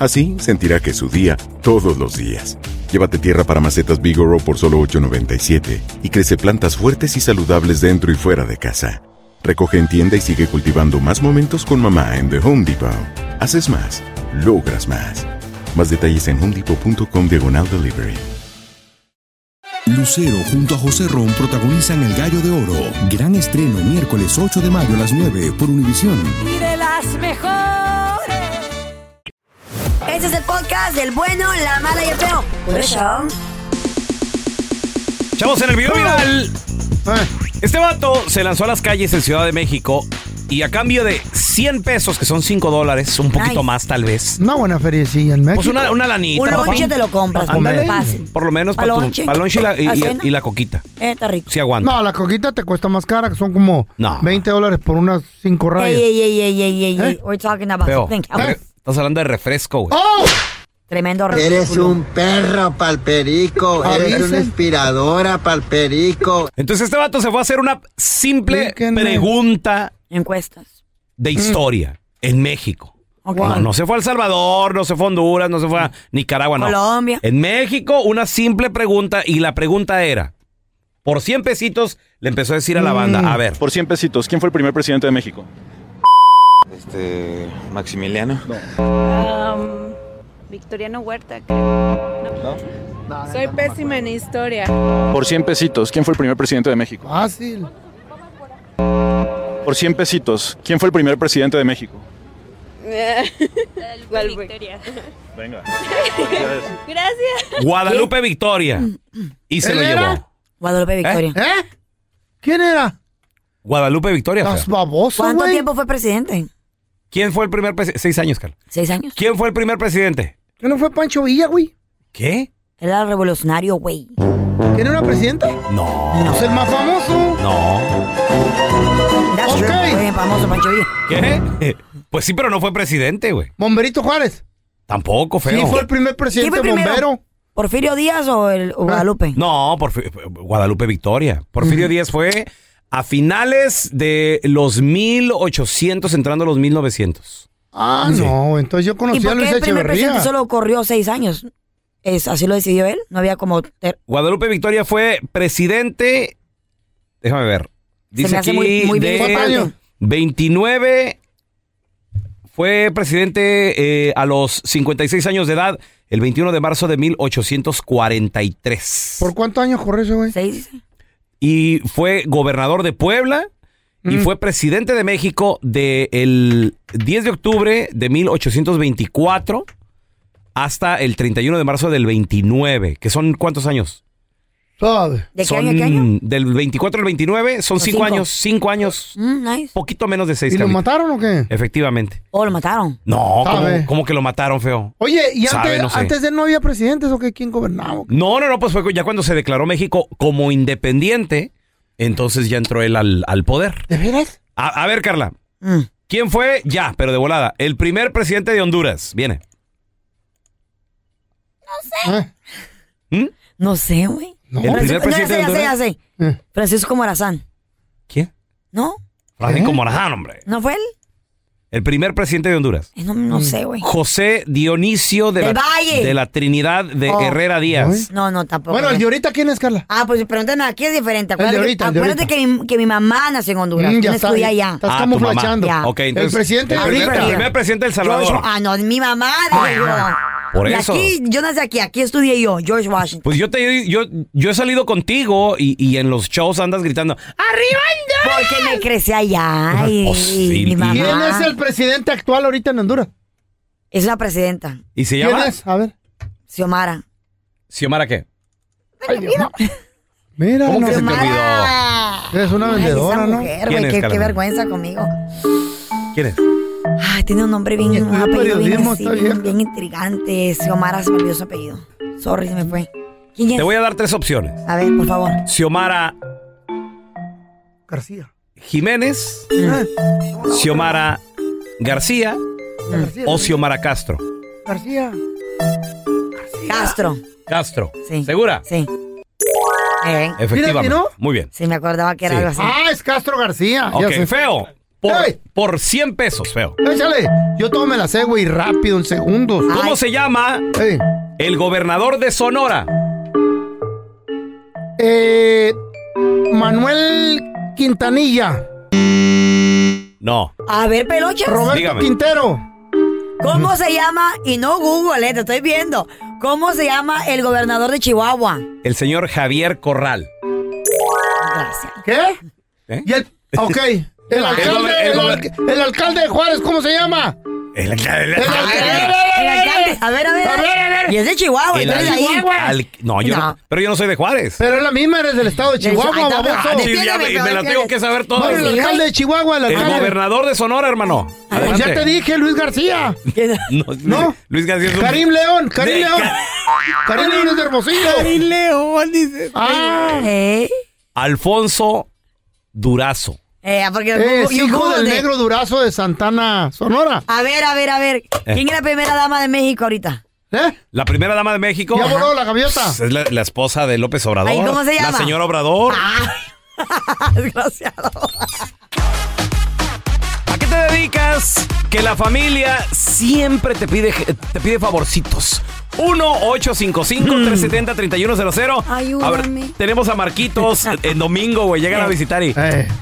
L: Así sentirá que es su día todos los días. Llévate tierra para macetas Bigoro por solo $8.97 y crece plantas fuertes y saludables dentro y fuera de casa. Recoge en tienda y sigue cultivando más momentos con mamá en The Home Depot. Haces más, logras más. Más detalles en homedepot.com diagonal delivery.
M: Lucero junto a José Ron protagonizan El Gallo de Oro. Gran estreno miércoles 8 de mayo a las 9 por Univisión.
N: Y de las mejores.
B: Este es el podcast del bueno, la mala y el feo. Por eso.
A: Chavos, en el video viral. Este vato se lanzó a las calles en Ciudad de México y a cambio de 100 pesos, que son 5 dólares, un poquito más tal vez.
D: Una buena feria, sí, en México.
A: Pues una, una lanita.
D: Un
A: papá.
D: lonche te lo compras,
A: Ándale.
D: papá, fácil.
A: Por lo menos para
D: Palonche.
A: tu palonche y la, y-
D: ¿A
A: y-
D: cena?
A: y la coquita.
B: Eh, está rico.
A: Si aguanta.
D: No, la coquita te cuesta más cara, que son como 20 dólares por unas 5
B: Ey,
D: rayas.
B: ey, ey, ey, ey, ey,
D: ¿Eh?
B: ey. We're talking about
A: Feo.
B: something else.
A: Re- Estás hablando de refresco, güey.
D: Oh.
B: Tremendo
R: Eres
B: ridículo.
R: un perro palperico, eres una inspiradora palperico.
A: Entonces este vato se fue a hacer una simple pregunta.
B: Encuestas. Mm.
A: De historia en México.
B: Ok.
A: No, no se fue a El Salvador, no se fue a Honduras, no se fue a Nicaragua, no.
B: Colombia.
A: En México, una simple pregunta y la pregunta era, por 100
B: Mm.
A: pesitos le empezó a decir a la banda, a ver.
H: Por 100 pesitos, ¿quién fue el primer presidente de México?
Q: Este. Maximiliano.
H: Um, Victoriano Huerta. creo.
Q: ¿No?
H: Soy pésima en historia.
Q: Por 100 pesitos, ¿quién fue el primer presidente de México?
D: Fácil.
Q: Por 100 pesitos, ¿quién fue el primer presidente de México?
H: Victoria.
Q: Venga.
H: Gracias.
A: Guadalupe Victoria. Y se
B: ¿Él
A: lo
B: era?
A: llevó.
B: Guadalupe Victoria.
A: ¿Eh?
D: ¿Quién era? Pues
A: Guadalupe Victoria. fea.
B: ¿Cuánto tiempo fue presidente?
A: ¿Quién fue el primer presidente? Seis años, Carla.
B: ¿Seis años?
A: ¿Quién fue el primer presidente?
D: ¿Que no fue Pancho Villa, güey?
A: ¿Qué?
B: Era revolucionario, güey.
D: ¿Tiene una presidenta?
A: No.
D: Es Pues el más famoso.
A: No.
B: That's true. Fue famoso Pancho Villa.
A: ¿Qué? Pues sí, pero no fue presidente, güey.
D: Bomberito Juárez.
A: Tampoco, feo.
D: Sí, fue el primer
B: ¿Quién
D: presidente
B: fue primero?
D: bombero. Ah.
B: ¿Porfirio Díaz o el o Guadalupe?
A: No, Porfi- Guadalupe Victoria. Porfirio Díaz fue a finales de los 1800, entrando a los 1900.
D: Ah, no. Entonces yo
B: ¿Y
D: conocí a
B: por qué
D: Luis
B: el primer presidente
D: Echeverría.
B: solo corrió seis años? Es, así lo decidió él. No había como. ter-
A: Guadalupe Victoria fue presidente. Déjame ver. Dice
B: me hace
A: aquí
B: muy- muy bien
A: de
B: importante.
A: 29. Fue presidente eh, a los 56 años de edad, el 21 de marzo de 1843.
D: ¿Por cuántos años corrió ese güey?
B: Seis.
A: Y fue gobernador de Puebla
B: Mm.
A: y fue presidente de México del el 10 de octubre de 1824 hasta el 31 de marzo del 29, que son cuántos años?
D: ¿Sabe?
B: ¿De qué
A: Son
B: año a qué año?
A: Del 24 al 29, son 5
B: cinco.
A: años, 5 años,
B: Mm, nice.
A: poquito menos de 6
D: ¿Y lo mataron o qué?
A: Efectivamente.
B: ¿O Oh, lo mataron?
A: No, ¿cómo,
D: Sabe.
A: cómo que lo mataron, feo?
D: Oye, ¿y
A: Sabe,
D: antes,
A: no sé.
D: antes de él no había presidentes o qué? ¿Quién gobernaba?
A: No, no, no, pues fue ya cuando se declaró México como independiente, entonces ya entró él al, al poder.
D: ¿De veras?
A: A, a ver, Carla,
B: Mm.
A: ¿quién fue? Ya, pero de volada, el primer presidente de Honduras, viene.
D: ¿Eh?
B: No sé, güey.
A: No. ¿Mm? ¿El primer
B: Francisco-
A: presidente de
B: ya sé, ya
A: Honduras?
B: sé, ya
D: Eh.
B: sé. Francisco Morazán.
A: ¿Quién?
B: ¿No?
D: ¿Eh?
A: Francisco Morazán, hombre.
B: ¿No fue él?
A: El primer presidente de Honduras.
B: Eh, No,
D: Mm.
B: no sé, güey.
A: José Dionisio de,
B: Del
A: la,
B: Valle.
A: de la Trinidad de
B: Oh.
A: Herrera Díaz.
B: No, no, tampoco.
D: Bueno, ¿el de ahorita quién es, Carla?
B: Ah, pues pregúntanos, aquí es diferente.
D: El de
B: Acuérdate,
D: ahorita, el de
B: acuérdate que, mi, que mi mamá nació en Honduras.
D: Mm,
B: Yo
D: ya
B: no
D: está,
B: estudié
D: ya-
B: allá.
D: estás Ah,
A: tu mamá. camuflacheando. Ok, entonces,
D: presidente
A: el
B: Ah,
A: primer-
B: Florida.
A: el primer presidente de El Salvador.
B: George- ah, no, mi mamá. digo yo.
A: Por
B: Y
A: eso.
B: aquí, yo nací aquí, aquí estudié yo, George Washington.
A: Pues yo te yo, yo he salido contigo y, y en los shows andas gritando. ¡Arriba
B: Honduras! Porque me crecí allá y,
A: Oh, sí.
B: y mi mamá.
D: ¿Quién es el presidente actual ahorita en Honduras?
B: Ah. Es la presidenta,
A: ¿Y se
D: ¿Quién
A: llama?
D: es? A ver.
B: Xiomara.
A: ¿Xiomara qué?
D: Mira,
A: ¿Cómo
D: no,
A: que se te olvidó?
D: Eres una
B: Ay,
D: vendedora,
B: esa
D: ¿no?
B: mujer,
A: ¿Quién
B: güey,
A: es,
B: qué, qué
A: Carmen?
B: vergüenza conmigo.
A: ¿Quién es?
B: Ay, tiene un nombre bien, un apellido bien,
D: periodismo
B: así,
D: está
B: bien, bien intrigante. Xiomara se me olvidó su apellido. Sorry, se me fue. ¿Quién es?
A: Te voy a dar tres opciones.
B: A ver, por favor.
A: Xiomara
D: García.
A: Jiménez, Xiomara García o Xiomara Castro.
D: García.
B: Castro.
A: Castro. ¿Segura?
B: Sí.
A: Efectivamente.
D: Mira que no.
A: Muy bien.
B: Sí, me acordaba que era
A: Sí.
B: algo así.
D: Ah, es Castro García. Ya
A: Ok,
D: sé.
A: feo. Por,
D: ¡Ey!
A: por 100 pesos, feo.
D: Échale. Yo todo me la sé, güey, rápido, en segundos.
A: ¿Cómo se llama
D: Ey.
A: el gobernador de Sonora?
D: Eh, Manuel Quintanilla.
A: No.
B: A ver, pelochas.
D: Roberto
A: Dígame.
D: Quintero.
B: ¿Cómo se llama? Y no Google, eh, te estoy viendo. ¿Cómo se llama el gobernador de Chihuahua?
A: El señor Javier Corral.
B: Gracias.
D: ¿Qué?
A: ¿Eh?
D: Y el, ok. El alcalde,
A: gober- el
D: el,
A: gober-
D: al- el alcalde de Juárez, ¿cómo se llama?
A: El, el-
D: El alcalde.
B: El alcalde. A ver, a ver. a ver. Y es de Chihuahua,
A: el-
B: tú eres de ahí.
A: al- no, yo no.
B: No.
A: pero yo no soy de Juárez.
D: Pero es la misma, eres del estado de
B: Del-
D: Chihuahua,
B: Ay, no,
D: baboso.
B: no,
A: Sí, ya me,
B: Defiéndeme,
A: me la
B: pero
A: tengo que saber toda.
D: Bueno, el alcalde de Chihuahua, el
A: El
D: alcalde.
A: gobernador de Sonora, hermano.
D: Pues ya te
A: Adelante.
D: dije, Luis García.
A: No,
D: ¿No?
A: Luis García es un-
D: Karim León, Karim
A: De-
D: León. Karim León es de Hermosillo.
A: Karim León, dice.
D: Ah,
B: Eh,
A: Alfonso Durazo.
B: eh, porque
D: es
B: you
D: hijo
B: Google
D: del
B: de-
D: negro durazo de Santana, Sonora.
B: A ver, a ver, a
A: Eh.
B: ver. ¿Quién es la primera dama de México ahorita?
D: ¿Eh?
A: La primera dama de México. Pues,
D: Ya voló la gaviota.
A: Es la, la esposa de López Obrador.
B: Ay, ¿cómo se llama?
A: La señora Obrador.
B: Desgraciado.
A: ¿A qué te ricas que la familia siempre te pide, te pide favorcitos.
B: Mm.
A: 1-855-370-3100. A ver,
B: Ayúdame.
A: tenemos a Marquitos en domingo, güey. Llegan a visitar y.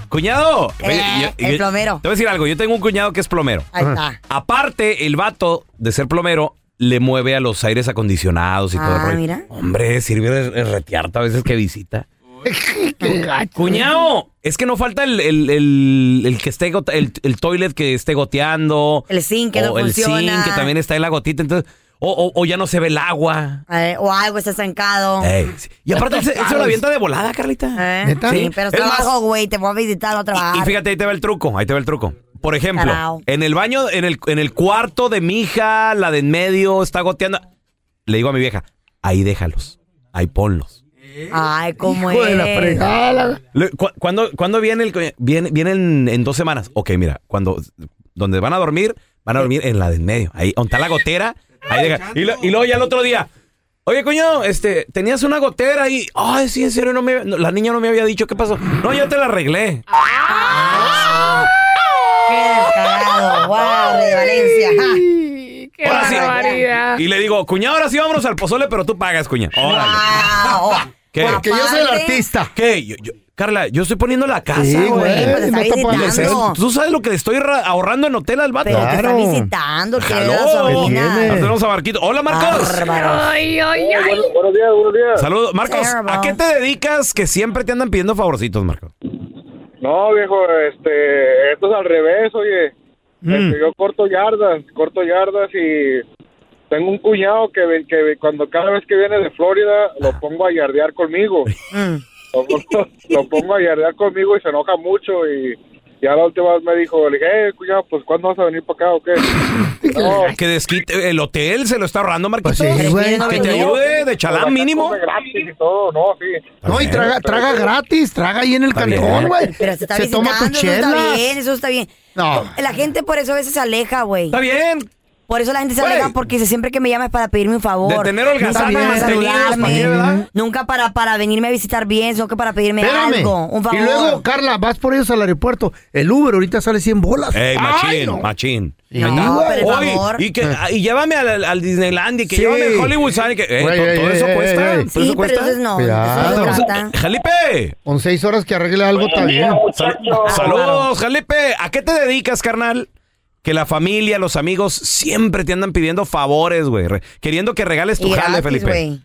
A: Cuñado.
B: Eh, el plomero.
A: Te voy a decir algo. Yo tengo un cuñado que es plomero.
B: Ahí está.
A: Aparte, el vato de ser plomero le mueve a los aires acondicionados y todo el
B: Ah,
A: rollo.
B: mira.
A: Hombre, sirve de de retearte a veces que visita. Cuñado, es que no falta el, el- el- el que esté gota- el, el toilet que esté goteando.
B: El zinc que
A: o
B: no
A: el zinc
B: funciona.
A: que también está en la gotita, entonces, o, o- o ya no se ve el agua.
B: Eh, o algo está estancado.
A: Ey, sí. Eh. Y aparte, él se- él se lo avienta de volada, Carlita.
B: Eh,
A: ¿Neta?
B: Sí,
A: Sí.
B: pero
A: Es
B: trabajo, güey, te voy a visitar, no trabajo.
A: Y fíjate, ahí te va el truco, ahí te va el truco. Por ejemplo,
B: Tarao.
A: en el baño, en el, en el cuarto de mi hija, la de en medio, está goteando. Le digo a mi vieja, ahí déjalos, ahí ponlos.
B: Ay, cómo es.
A: Le- cu- ¿Cuándo, cuándo viene el... co- Viene, viene en, en dos semanas. Ok, mira, cuando... Donde van a dormir, van a dormir en la de en medio. Ahí, donde está la gotera, ahí deja. Y, lo- y luego ya el otro día... Oye, coño, este, tenías una gotera ahí. Ay, sí, en serio, no me, no, la niña no me había dicho. ¿Qué pasó? No, ya te la arreglé.
B: Qué descarado. Guau, de Valencia. ajá.
H: Qué barbaridad.
A: Y le digo, cuñado, ahora sí vámonos al pozole, pero tú pagas, cuña. Órale. ¿Qué?
D: Porque yo soy el artista.
A: ¿Qué? Yo- yo- Carla, yo estoy poniendo la casa,
D: Sí, güey,
A: güey.
D: pues está
A: Y le-
D: visitando.
A: ¿Tú sabes lo que le estoy ra- ahorrando en hotel al vato?
B: Pero te está visitando, que le da
A: Aló.
B: sobrina.
A: Nos tenemos a Marquito. Hola, Marcos.
H: Ay, ay, ay.
F: Oh, Buenos días, buenos días.
A: Saludos. Marcos,
F: Terrible.
A: ¿a qué te dedicas que siempre te andan pidiendo favorcitos, Marcos?
F: No, viejo, este, esto es al revés, oye.
A: Mm.
F: Este, yo corto yardas, corto yardas y tengo un cuñado que, ve- que ve- cuando cada vez que viene de Florida
A: Ah.
F: lo pongo a yardear conmigo. Lo, pongo- lo pongo a yardear conmigo y se enoja mucho y ya la última vez me dijo, le dije, "Hey, cuñado, pues ¿cuándo vas a venir para acá o qué? No,
A: Que desquite el hotel se lo está ahorrando, Marquito.
D: Pues güey.
A: que te ayude de chalán mínimo.
F: gratis y todo, no, sí.
D: No, y traga, traga gratis, traga ahí en el
A: Está bien.
D: cantón, güey.
B: Pero se está
D: toma tu
B: visitando, eso está
D: chela.
B: bien, eso está bien.
D: No.
B: La gente por eso a veces se aleja, güey. Está
A: bien.
B: Por eso la gente se
A: Güey.
B: aleja porque dice siempre que me llamas para pedirme un favor.
A: De tener
B: nunca
A: holgazanas
B: para
A: tenidas,
B: saludarme,
A: ¿para qué, verdad?
B: nunca para, para venirme a visitar bien, sino que para pedirme
D: Espérame.
B: algo, un favor.
D: Y luego, Carla, vas por ellos al aeropuerto. El Uber ahorita sale 100 bolas.
A: Ey, machín, machín.
D: No, pero por
A: Oye,
D: favor.
A: y, que, y llévame al, al Disneyland y que
D: Sí.
A: llévame al Hollywood Sign. Que, eh,
D: Güey,
A: to-
D: ey,
A: todo
D: ey,
A: eso
D: ey,
A: cuesta.
D: ey,
A: ¿todo
D: ey. Sí,
A: eso
D: pero
A: cuesta?
D: entonces no, de eso se
A: Cuidado.
D: trata.
A: ¡Jalipe!
D: Con seis horas que arregle algo está bien.
A: Sal- Saludos, Jalipe. ¿A qué te dedicas, carnal? Que la familia, los amigos siempre te andan pidiendo favores, güey. re- Queriendo que regales tu
S: Y
A: jale,
S: gratis,
A: Felipe.
S: güey.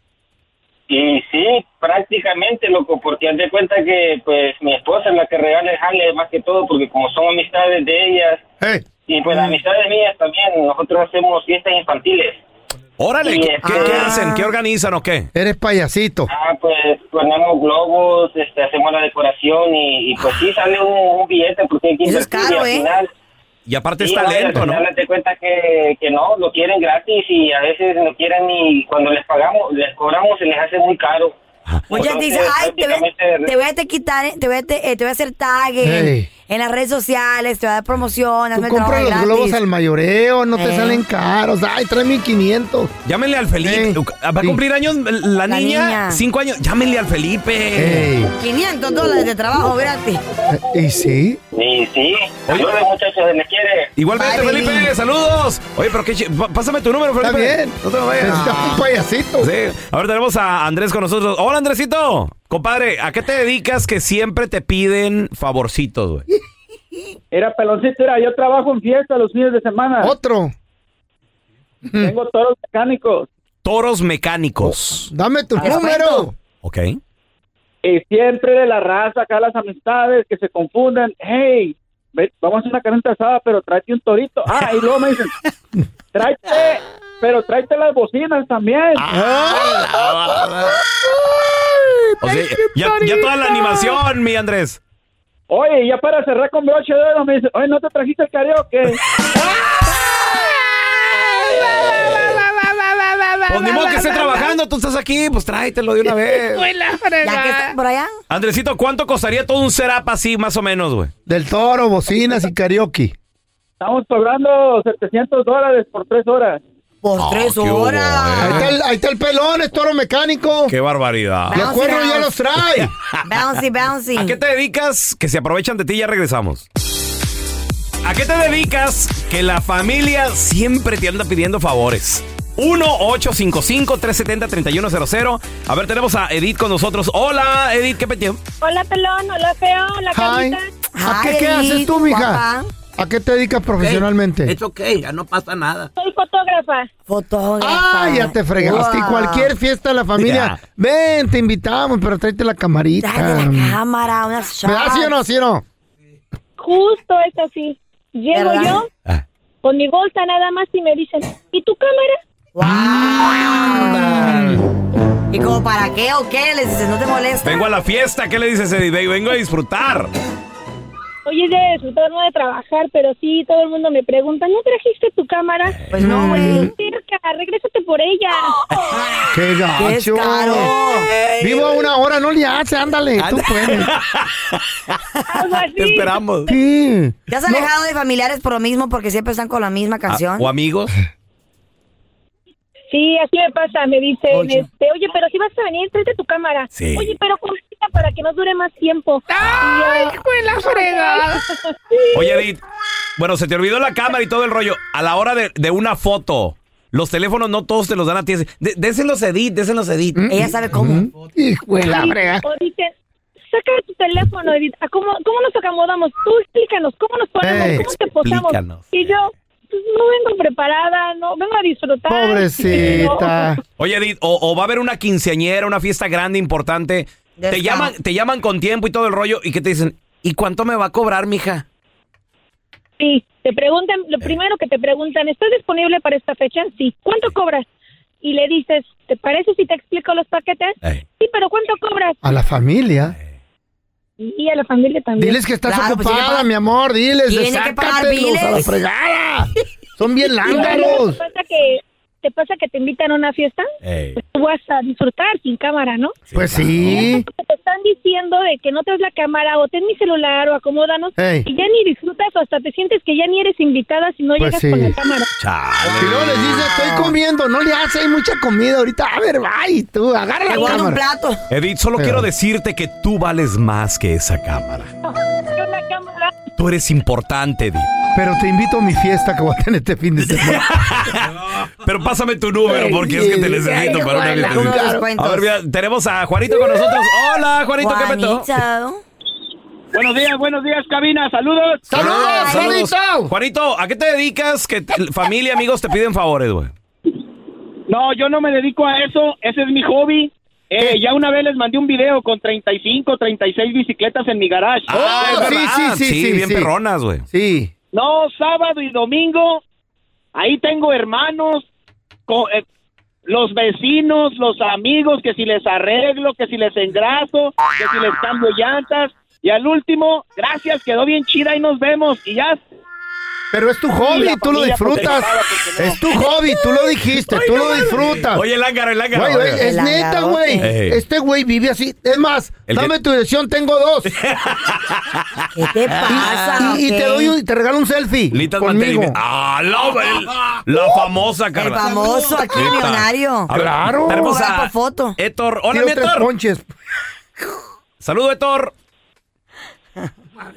S: Y sí, prácticamente, loco, porque haz de cuenta que pues mi esposa es la que regala el jale más que todo, porque como son amistades de ellas y pues amistades mías también, nosotros hacemos fiestas infantiles.
A: Órale,
S: Y,
A: ¿qué,
S: este,
A: qué- qué hacen? ¿Qué organizan o qué?
D: Ah. Eres payasito.
S: Ah, pues ponemos globos, este, hacemos la decoración y, y, pues sí sale un, un billete porque hay que
A: Eso es
S: invertir y
A: caro,
S: al
A: ¿eh?
S: final-
A: Y aparte
S: Sí,
A: es
S: no, y
A: talento,
S: al
A: ¿no?
S: final date cuenta que, que no, lo quieren gratis y a veces no quieren ni cuando les pagamos, les cobramos se les hace muy caro.
B: Muchas
S: Entonces,
B: dicen, Pues ay, te voy,
S: eh, prácticamente-
B: te voy a te quitar, eh, te voy a, te, eh, te voy a hacer tag en,
D: Ey.
B: en las redes sociales, te voy a dar promoción, hazme
D: Compra
B: trabajo
D: los
B: gratis.
D: globos al mayoreo, no te
B: Eh.
D: salen caros. Ay, trae 1500.
A: Llámenle al Felipe. Va a cumplir años la, niña,
B: niña.
A: Cinco años. Llámenle al Felipe.
B: 500 dólares de trabajo gratis.
D: ¿Y sí?
S: Y sí, saludos muchachos, se les quiere.
A: Igualmente,
S: Bye,
A: Felipe,
S: baby.
A: saludos. Oye, pero qué ch- pa- Pásame tu número, Felipe.
D: bien.
A: No te lo vayas.
D: Necesitas un payasito.
A: Sí. Ahora tenemos a Andrés con nosotros. Hola, Andresito. Compadre, ¿a qué te dedicas que siempre te piden favorcitos, güey?
T: Era peloncito, era yo trabajo en fiesta los fines de semana.
D: Otro.
T: Tengo toros mecánicos.
A: Toros mecánicos.
D: Dame tu número.
A: Ok.
T: Y siempre de la raza, acá las amistades que se confunden. Hey, ve- vamos a hacer una carnita asada, pero tráete un torito. Ah, y luego me dicen, tráete, pero tráete las bocinas también.
D: Ah.
A: Ah, O sea, ya, ya toda la animación, mi Andrés.
T: Oye, y ya para cerrar con broche de oro, me dicen, oye, ¿no te trajiste el karaoke?
A: Pues ni modo que esté trabajando, tú estás aquí, pues tráetelo de una vez.
B: Ya que estás por allá.
A: Andresito, ¿cuánto costaría todo un setup así, más o menos, güey?
D: Del toro, bocinas y karaoke.
T: Estamos cobrando 700 dólares por tres horas.
B: Por tres
A: qué hubo, horas. eh.
D: Ahí está, el, ahí está el pelón, es toro mecánico.
A: ¡Qué barbaridad!
D: Los cuernos ya los trae.
B: Bouncy, bouncy.
A: ¿A qué te dedicas? Que se aprovechan de ti, ya regresamos. ¿A qué te dedicas que la familia siempre te anda pidiendo favores? 1-855-370-3100. A ver, tenemos a Edith con nosotros. Hola, Edith, ¿qué peteo?
U: Hola, pelón. Hola, feo. Hola, carita.
D: ¿A Ah, qué, qué haces tú, mija? ¿A qué te dedicas profesionalmente?
E: Es ok, ya no pasa nada.
U: Soy fotógrafa.
B: Fotógrafa.
D: Ah, ya te fregaste. Y
B: Wow.
D: cualquier fiesta de la familia,
B: Ya.
D: ven, te invitamos, pero tráete la camarita.
B: Cámara, unas shots.
D: ¿Me das sí o no, sí o no?
U: Justo es así. Llego
B: ¿Verdad?
U: yo
Q: Ah.
U: con mi bolsa nada más y me dicen, ¿y tu cámara?
B: ¿Y como para qué o qué? Les dices, no te molesta.
A: Vengo a la fiesta, ¿qué le dices, Edith? Ve- Vengo a disfrutar.
U: Hoy es día de disfrutar, no de trabajar, pero sí, todo el mundo me pregunta, ¿no trajiste tu cámara? Pues no, güey. Regrésate por ella.
D: ¡Qué gacho!
U: caro!
D: Vivo a una hora, no le hace, ándale, tú puedes.
A: Te esperamos.
D: Sí.
B: ¿Te has alejado de familiares por lo mismo porque siempre están con la
A: Ah,
B: misma canción?
A: ¿O amigos?
U: Sí, así me pasa, me dicen, este, oye, pero si vas a venir, tráete tu cámara.
A: Sí.
U: Oye, pero cómprala para que nos dure más tiempo. ¡Ay,
H: la fregada!
A: Oye, Edith, bueno, se te olvidó la cámara y todo el rollo. A la hora de, de una foto, los teléfonos no todos te los dan a ti. De- déselos a Edith, déselos a Edith.
B: Ella sabe cómo.
D: Hijo de la
U: Sí,
D: brega.
U: O dicen, saca tu teléfono, Edith. ¿A ¿Cómo, cómo nos acomodamos? Tú explícanos, ¿cómo nos ponemos?
D: Ey,
U: ¿Cómo te posamos?
A: Eh, explícanos.
U: Y yo, pues, no vengo preparada, no vengo a disfrutar. No.
A: Oye, Edith, o, o va a haber una quinceañera, una fiesta grande, importante. Te
U: Descaro.
A: llaman, te llaman con tiempo y todo el rollo y que te dicen, ¿y cuánto me va a cobrar, mija?
U: Sí, te preguntan,
A: Eh.
U: lo primero que te preguntan, ¿estás disponible para esta fecha? Sí. ¿Cuánto cobras? Y le dices, ¿te parece si te explico los paquetes?
A: Eh.
U: Sí, pero ¿cuánto cobras?
D: A la familia.
U: Y a la familia también.
D: Diles que estás ocupada,
U: mi
D: mi amor. Diles,
U: pues, Tiene que pagar
D: sácatelos a la
U: biles.
D: fregada. Son bien
U: Luego,
D: lángaros.
U: ¿Te pasa que te pasa que te invitan a una fiesta? Pues tú vas a disfrutar sin cámara, ¿no?
D: Pues sí.
U: Porque Te están diciendo de que no traes la cámara o ten mi celular o acomódanos
D: Ey.
U: y ya ni disfrutas o hasta te sientes que ya ni eres invitada si no
D: Pues
U: llegas
D: sí.
U: con la cámara.
D: Y luego les dice, estoy comiendo. No le hace, hay mucha comida ahorita. A ver, bye, tú, agarra la cámara.
A: Edith, solo quiero decirte que tú vales más que esa cámara. Tú eres importante, Edith.
D: Pero te invito a mi fiesta que voy a tener este fin de semana.
A: Pero pásame tu número porque es que te necesito para una
D: Claro.
A: visita. A ver, mira, tenemos a Juanito con nosotros. Hola, Juanito, ¿qué petó?
V: Buenos días, buenos días, cabina. Saludos.
A: Saludos, Ah, saludos. Juanito, ¿a qué te dedicas que t- familia, amigos te piden favores, güey?
V: No, yo no me dedico a eso. Ese es mi hobby. Eh, ya una vez les mandé un video con 35, 36 bicicletas en mi garage. Oh,
A: Ah,
V: Es
A: sí,
V: verdad.
A: sí, sí, Sí, sí, bien sí. perronas, güey.
D: Sí.
V: No, sábado y domingo. Ahí tengo hermanos, co- eh, los vecinos, los amigos, que si les arreglo, que si les engraso, que si les cambio llantas. Y al último, gracias, quedó bien chida y nos vemos. Y ya.
D: Pero es tu
V: Y
D: hobby,
V: la
D: tú lo
V: familia, pues,
D: disfrutas.
V: estaba,
D: Es tu hobby, tú lo dijiste, tú lo disfrutas.
A: Oye, el ángaro, el ángaro.
D: Güey, güey, es
A: El
D: neta,
A: ángaro,
D: güey.
A: eh.
D: Este güey vive así. Es más,
A: El que-
D: dame tu dirección, tengo dos.
B: ¿Qué te pasa?
D: Y, y
B: ok?
D: te doy un- te regalo un selfie.
A: Litas
D: conmigo. ¡Uh!
A: mantenimiento. Ah, la, el- la famosa, Carla.
B: El famoso aquí,
A: Neta.
B: millonario.
A: A ver,
D: Claro.
A: Tenemos
B: Ahora
A: a
B: por foto.
A: Héctor. Hola,
D: Quiero
A: mi
D: tres
A: Héctor.
D: ponches.
A: Saludo, Héctor.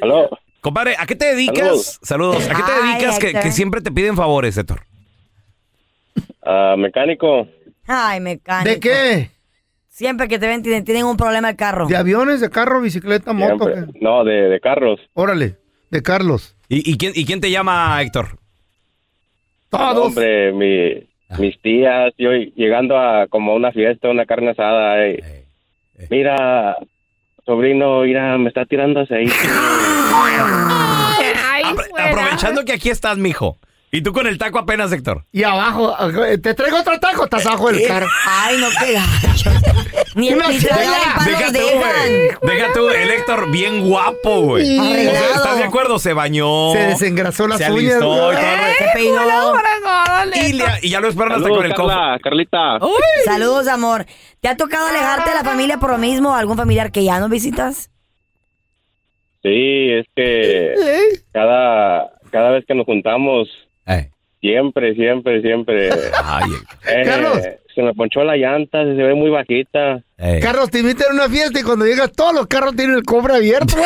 V: Aló.
A: Compadre, ¿a qué te dedicas?
V: Saludos.
A: Saludos. ¿A qué te
V: Ay,
A: dedicas que,
B: Héctor.
A: que siempre te piden favores, Héctor?
V: Ah, mecánico.
B: Ay, mecánico.
D: ¿De qué?
B: Siempre que te ven tienen, tienen un problema el carro.
D: ¿De aviones, de carro, bicicleta, moto?
V: Siempre.
D: qué?
V: No, de, de carros.
D: Órale, de Carlos.
A: ¿Y, y quién, ¿Y quién te llama, Héctor?
V: No, hombre, mi-
A: Ah.
V: mis tías, yo llegando a como a una fiesta, una carne asada. eh, Mira, sobrino, mira, me está tirando aceite.
A: Aprovechando que aquí estás, mijo. Y tú con el taco apenas, Héctor.
D: Y abajo, eh, te traigo otro taco, estás abajo del carro.
B: Ay, no queda. Ni el
D: Una Ah,
B: pistola del palo
A: Deja tú,
B: dejan.
A: güey. Deja tú, el Héctor bien guapo, güey. O sea,
D: Arreglado.
A: ¿Estás de acuerdo? Se bañó.
D: Se desengrasó las
A: se
D: uñas.
A: alistó y todo el rollo.
B: Se peinó.
A: Y, le- y ya lo esperan hasta
V: Saludos,
A: con el cofre.
V: Carla, Carlita.
B: Saludos, amor. ¿Te ha tocado alejarte de la familia por lo mismo? ¿Algún familiar que ya no visitas?
V: Sí, es que cada, cada vez que nos juntamos,
G: Siempre, siempre, siempre. Eh,
D: Carlos.
G: Se me ponchó la llanta, se ve muy bajita.
A: Eh.
D: Carlos, te invitan a una fiesta y cuando llegas todos los carros tienen el cofre abierto.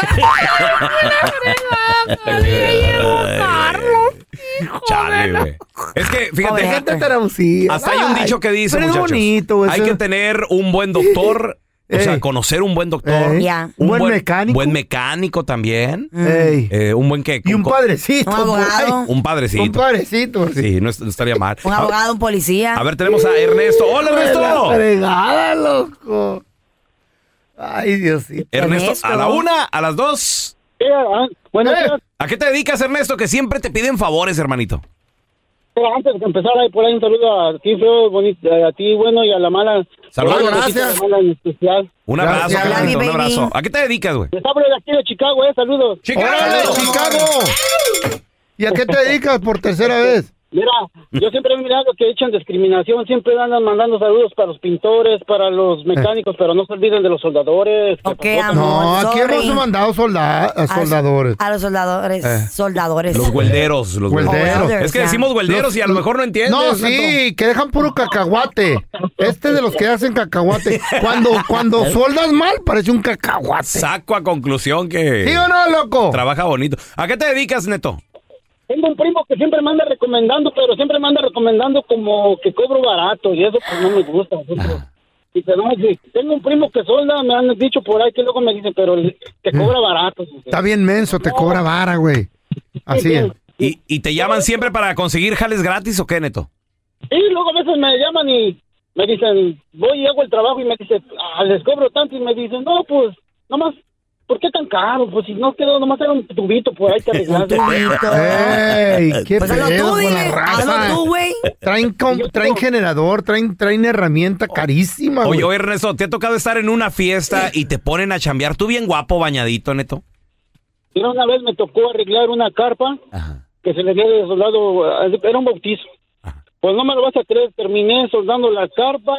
A: Chale, güey. Es que, fíjate.
D: Pobre gente tan abusiva.
A: Hasta hay un
D: pues, Ay,
A: dicho que dice,
D: pero es
A: muchachos.
D: bonito
A: hay
D: eso.
A: que tener un buen doctor. O sea,
D: Ey.
A: conocer un buen doctor.
D: Ey. Ya. Un buen mecánico. Mm.
A: Buen mecánico también.
D: Ey.
A: Eh, un buen que.
D: Y un padrecito.
A: Un
D: abogado.
A: Un padrecito.
D: Un padrecito, sí.
A: Sí, no, es- no estaría mal. Ah,
B: Un abogado, un policía.
A: A ver, tenemos a Ernesto. ¡Hola,
D: Hijo de
A: Ernesto!
D: la fregada, loco. Ay, Diosito.
A: Ernesto, a la una, a las dos.
D: Eh.
T: buenos días.
A: ¿A qué te dedicas, Ernesto? Que siempre te piden favores, hermanito.
T: Pero antes de empezar, ahí por ahí un saludo a ti, feo, bonito, eh, a ti, bueno, y a la mala.
A: Saludos.
T: Bueno,
A: Gracias.
T: a la mala en especial.
A: Un abrazo, carnalito, un abrazo. ¿A qué te dedicas, güey?
T: Les hablo de aquí de Chicago, eh, saludos.
D: ¡Órale, Chicago! ¿Y a qué te dedicas por tercera vez?
T: Mira, yo siempre he mirado que echan discriminación, siempre andan mandando saludos para los pintores, para
D: Eh.
T: los mecánicos, pero no se olviden de los soldadores. que pasó con-
D: no, aquí
B: sorry.
D: hemos mandado solda- a soldadores.
B: A los soldadores.
D: Eh.
B: Soldadores.
A: Los huelderos, los
D: Huelderos.
A: Es que decimos huelderos y a lo mejor no entiendes.
D: No, sí, que dejan puro cacahuate. Este es de los que hacen cacahuate. Cuando, cuando soldas mal, parece un cacahuate.
A: Saco a conclusión que.
D: ¿Sí o no, loco?
A: Trabaja bonito. ¿A qué te dedicas, Neto?
T: Tengo un primo que siempre me anda recomendando, pero siempre me anda recomendando como que cobro barato y eso pues no me gusta. siempre. Y te no, sí, tengo un primo que solda, me han dicho por ahí que luego me dicen, pero el- que cobra barato.
D: Está bien menso, te cobra vara, güey. Así es.
A: ¿Y, y te llaman siempre para conseguir jales gratis o qué, Neto?
T: Y luego a veces me llaman y me dicen, voy y hago el trabajo y me dicen, "Ah, les cobro tanto y me dicen, no, pues, nomás, ¿por qué tan caro? Pues si no quedó, nomás era un tubito por ahí que arreglaste.
D: Eh, ¡Ey! ¡Qué
T: Pues hazlo
D: pedo
T: tú,
D: con la
T: dile,
D: raza!
T: hazlo tú, güey.
D: Traen, com- traen generador, traen, traen herramienta carísima, Ah, güey.
A: Oh, Oye, oye, Ernesto, ¿te ha tocado estar en una fiesta y te ponen a chambear? Tú bien guapo, bañadito, Neto.
T: Mira, una vez me tocó arreglar una carpa que se le dio de soldado, eh, era un bautizo. Pues no me lo vas a creer, terminé soldando la carpa,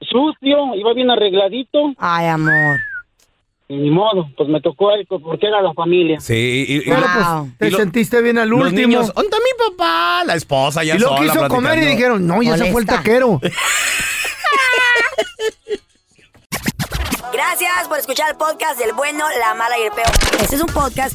T: sucio, iba bien arregladito.
B: Ay, amor.
T: Ni modo, pues me tocó él porque era la familia.
A: Sí, y, y-
T: Claro,
D: pues, te
A: y lo-
D: sentiste bien al
A: los
D: último.
A: niños, ¿dónde está mi papá? La esposa ya
D: y lo
A: sola
D: quiso comer y
A: platicando.
D: dijeron, no, ya se fue el
B: Molesta.
D: taquero.
B: Gracias por escuchar el podcast del bueno, la mala y el peor. Este es un podcast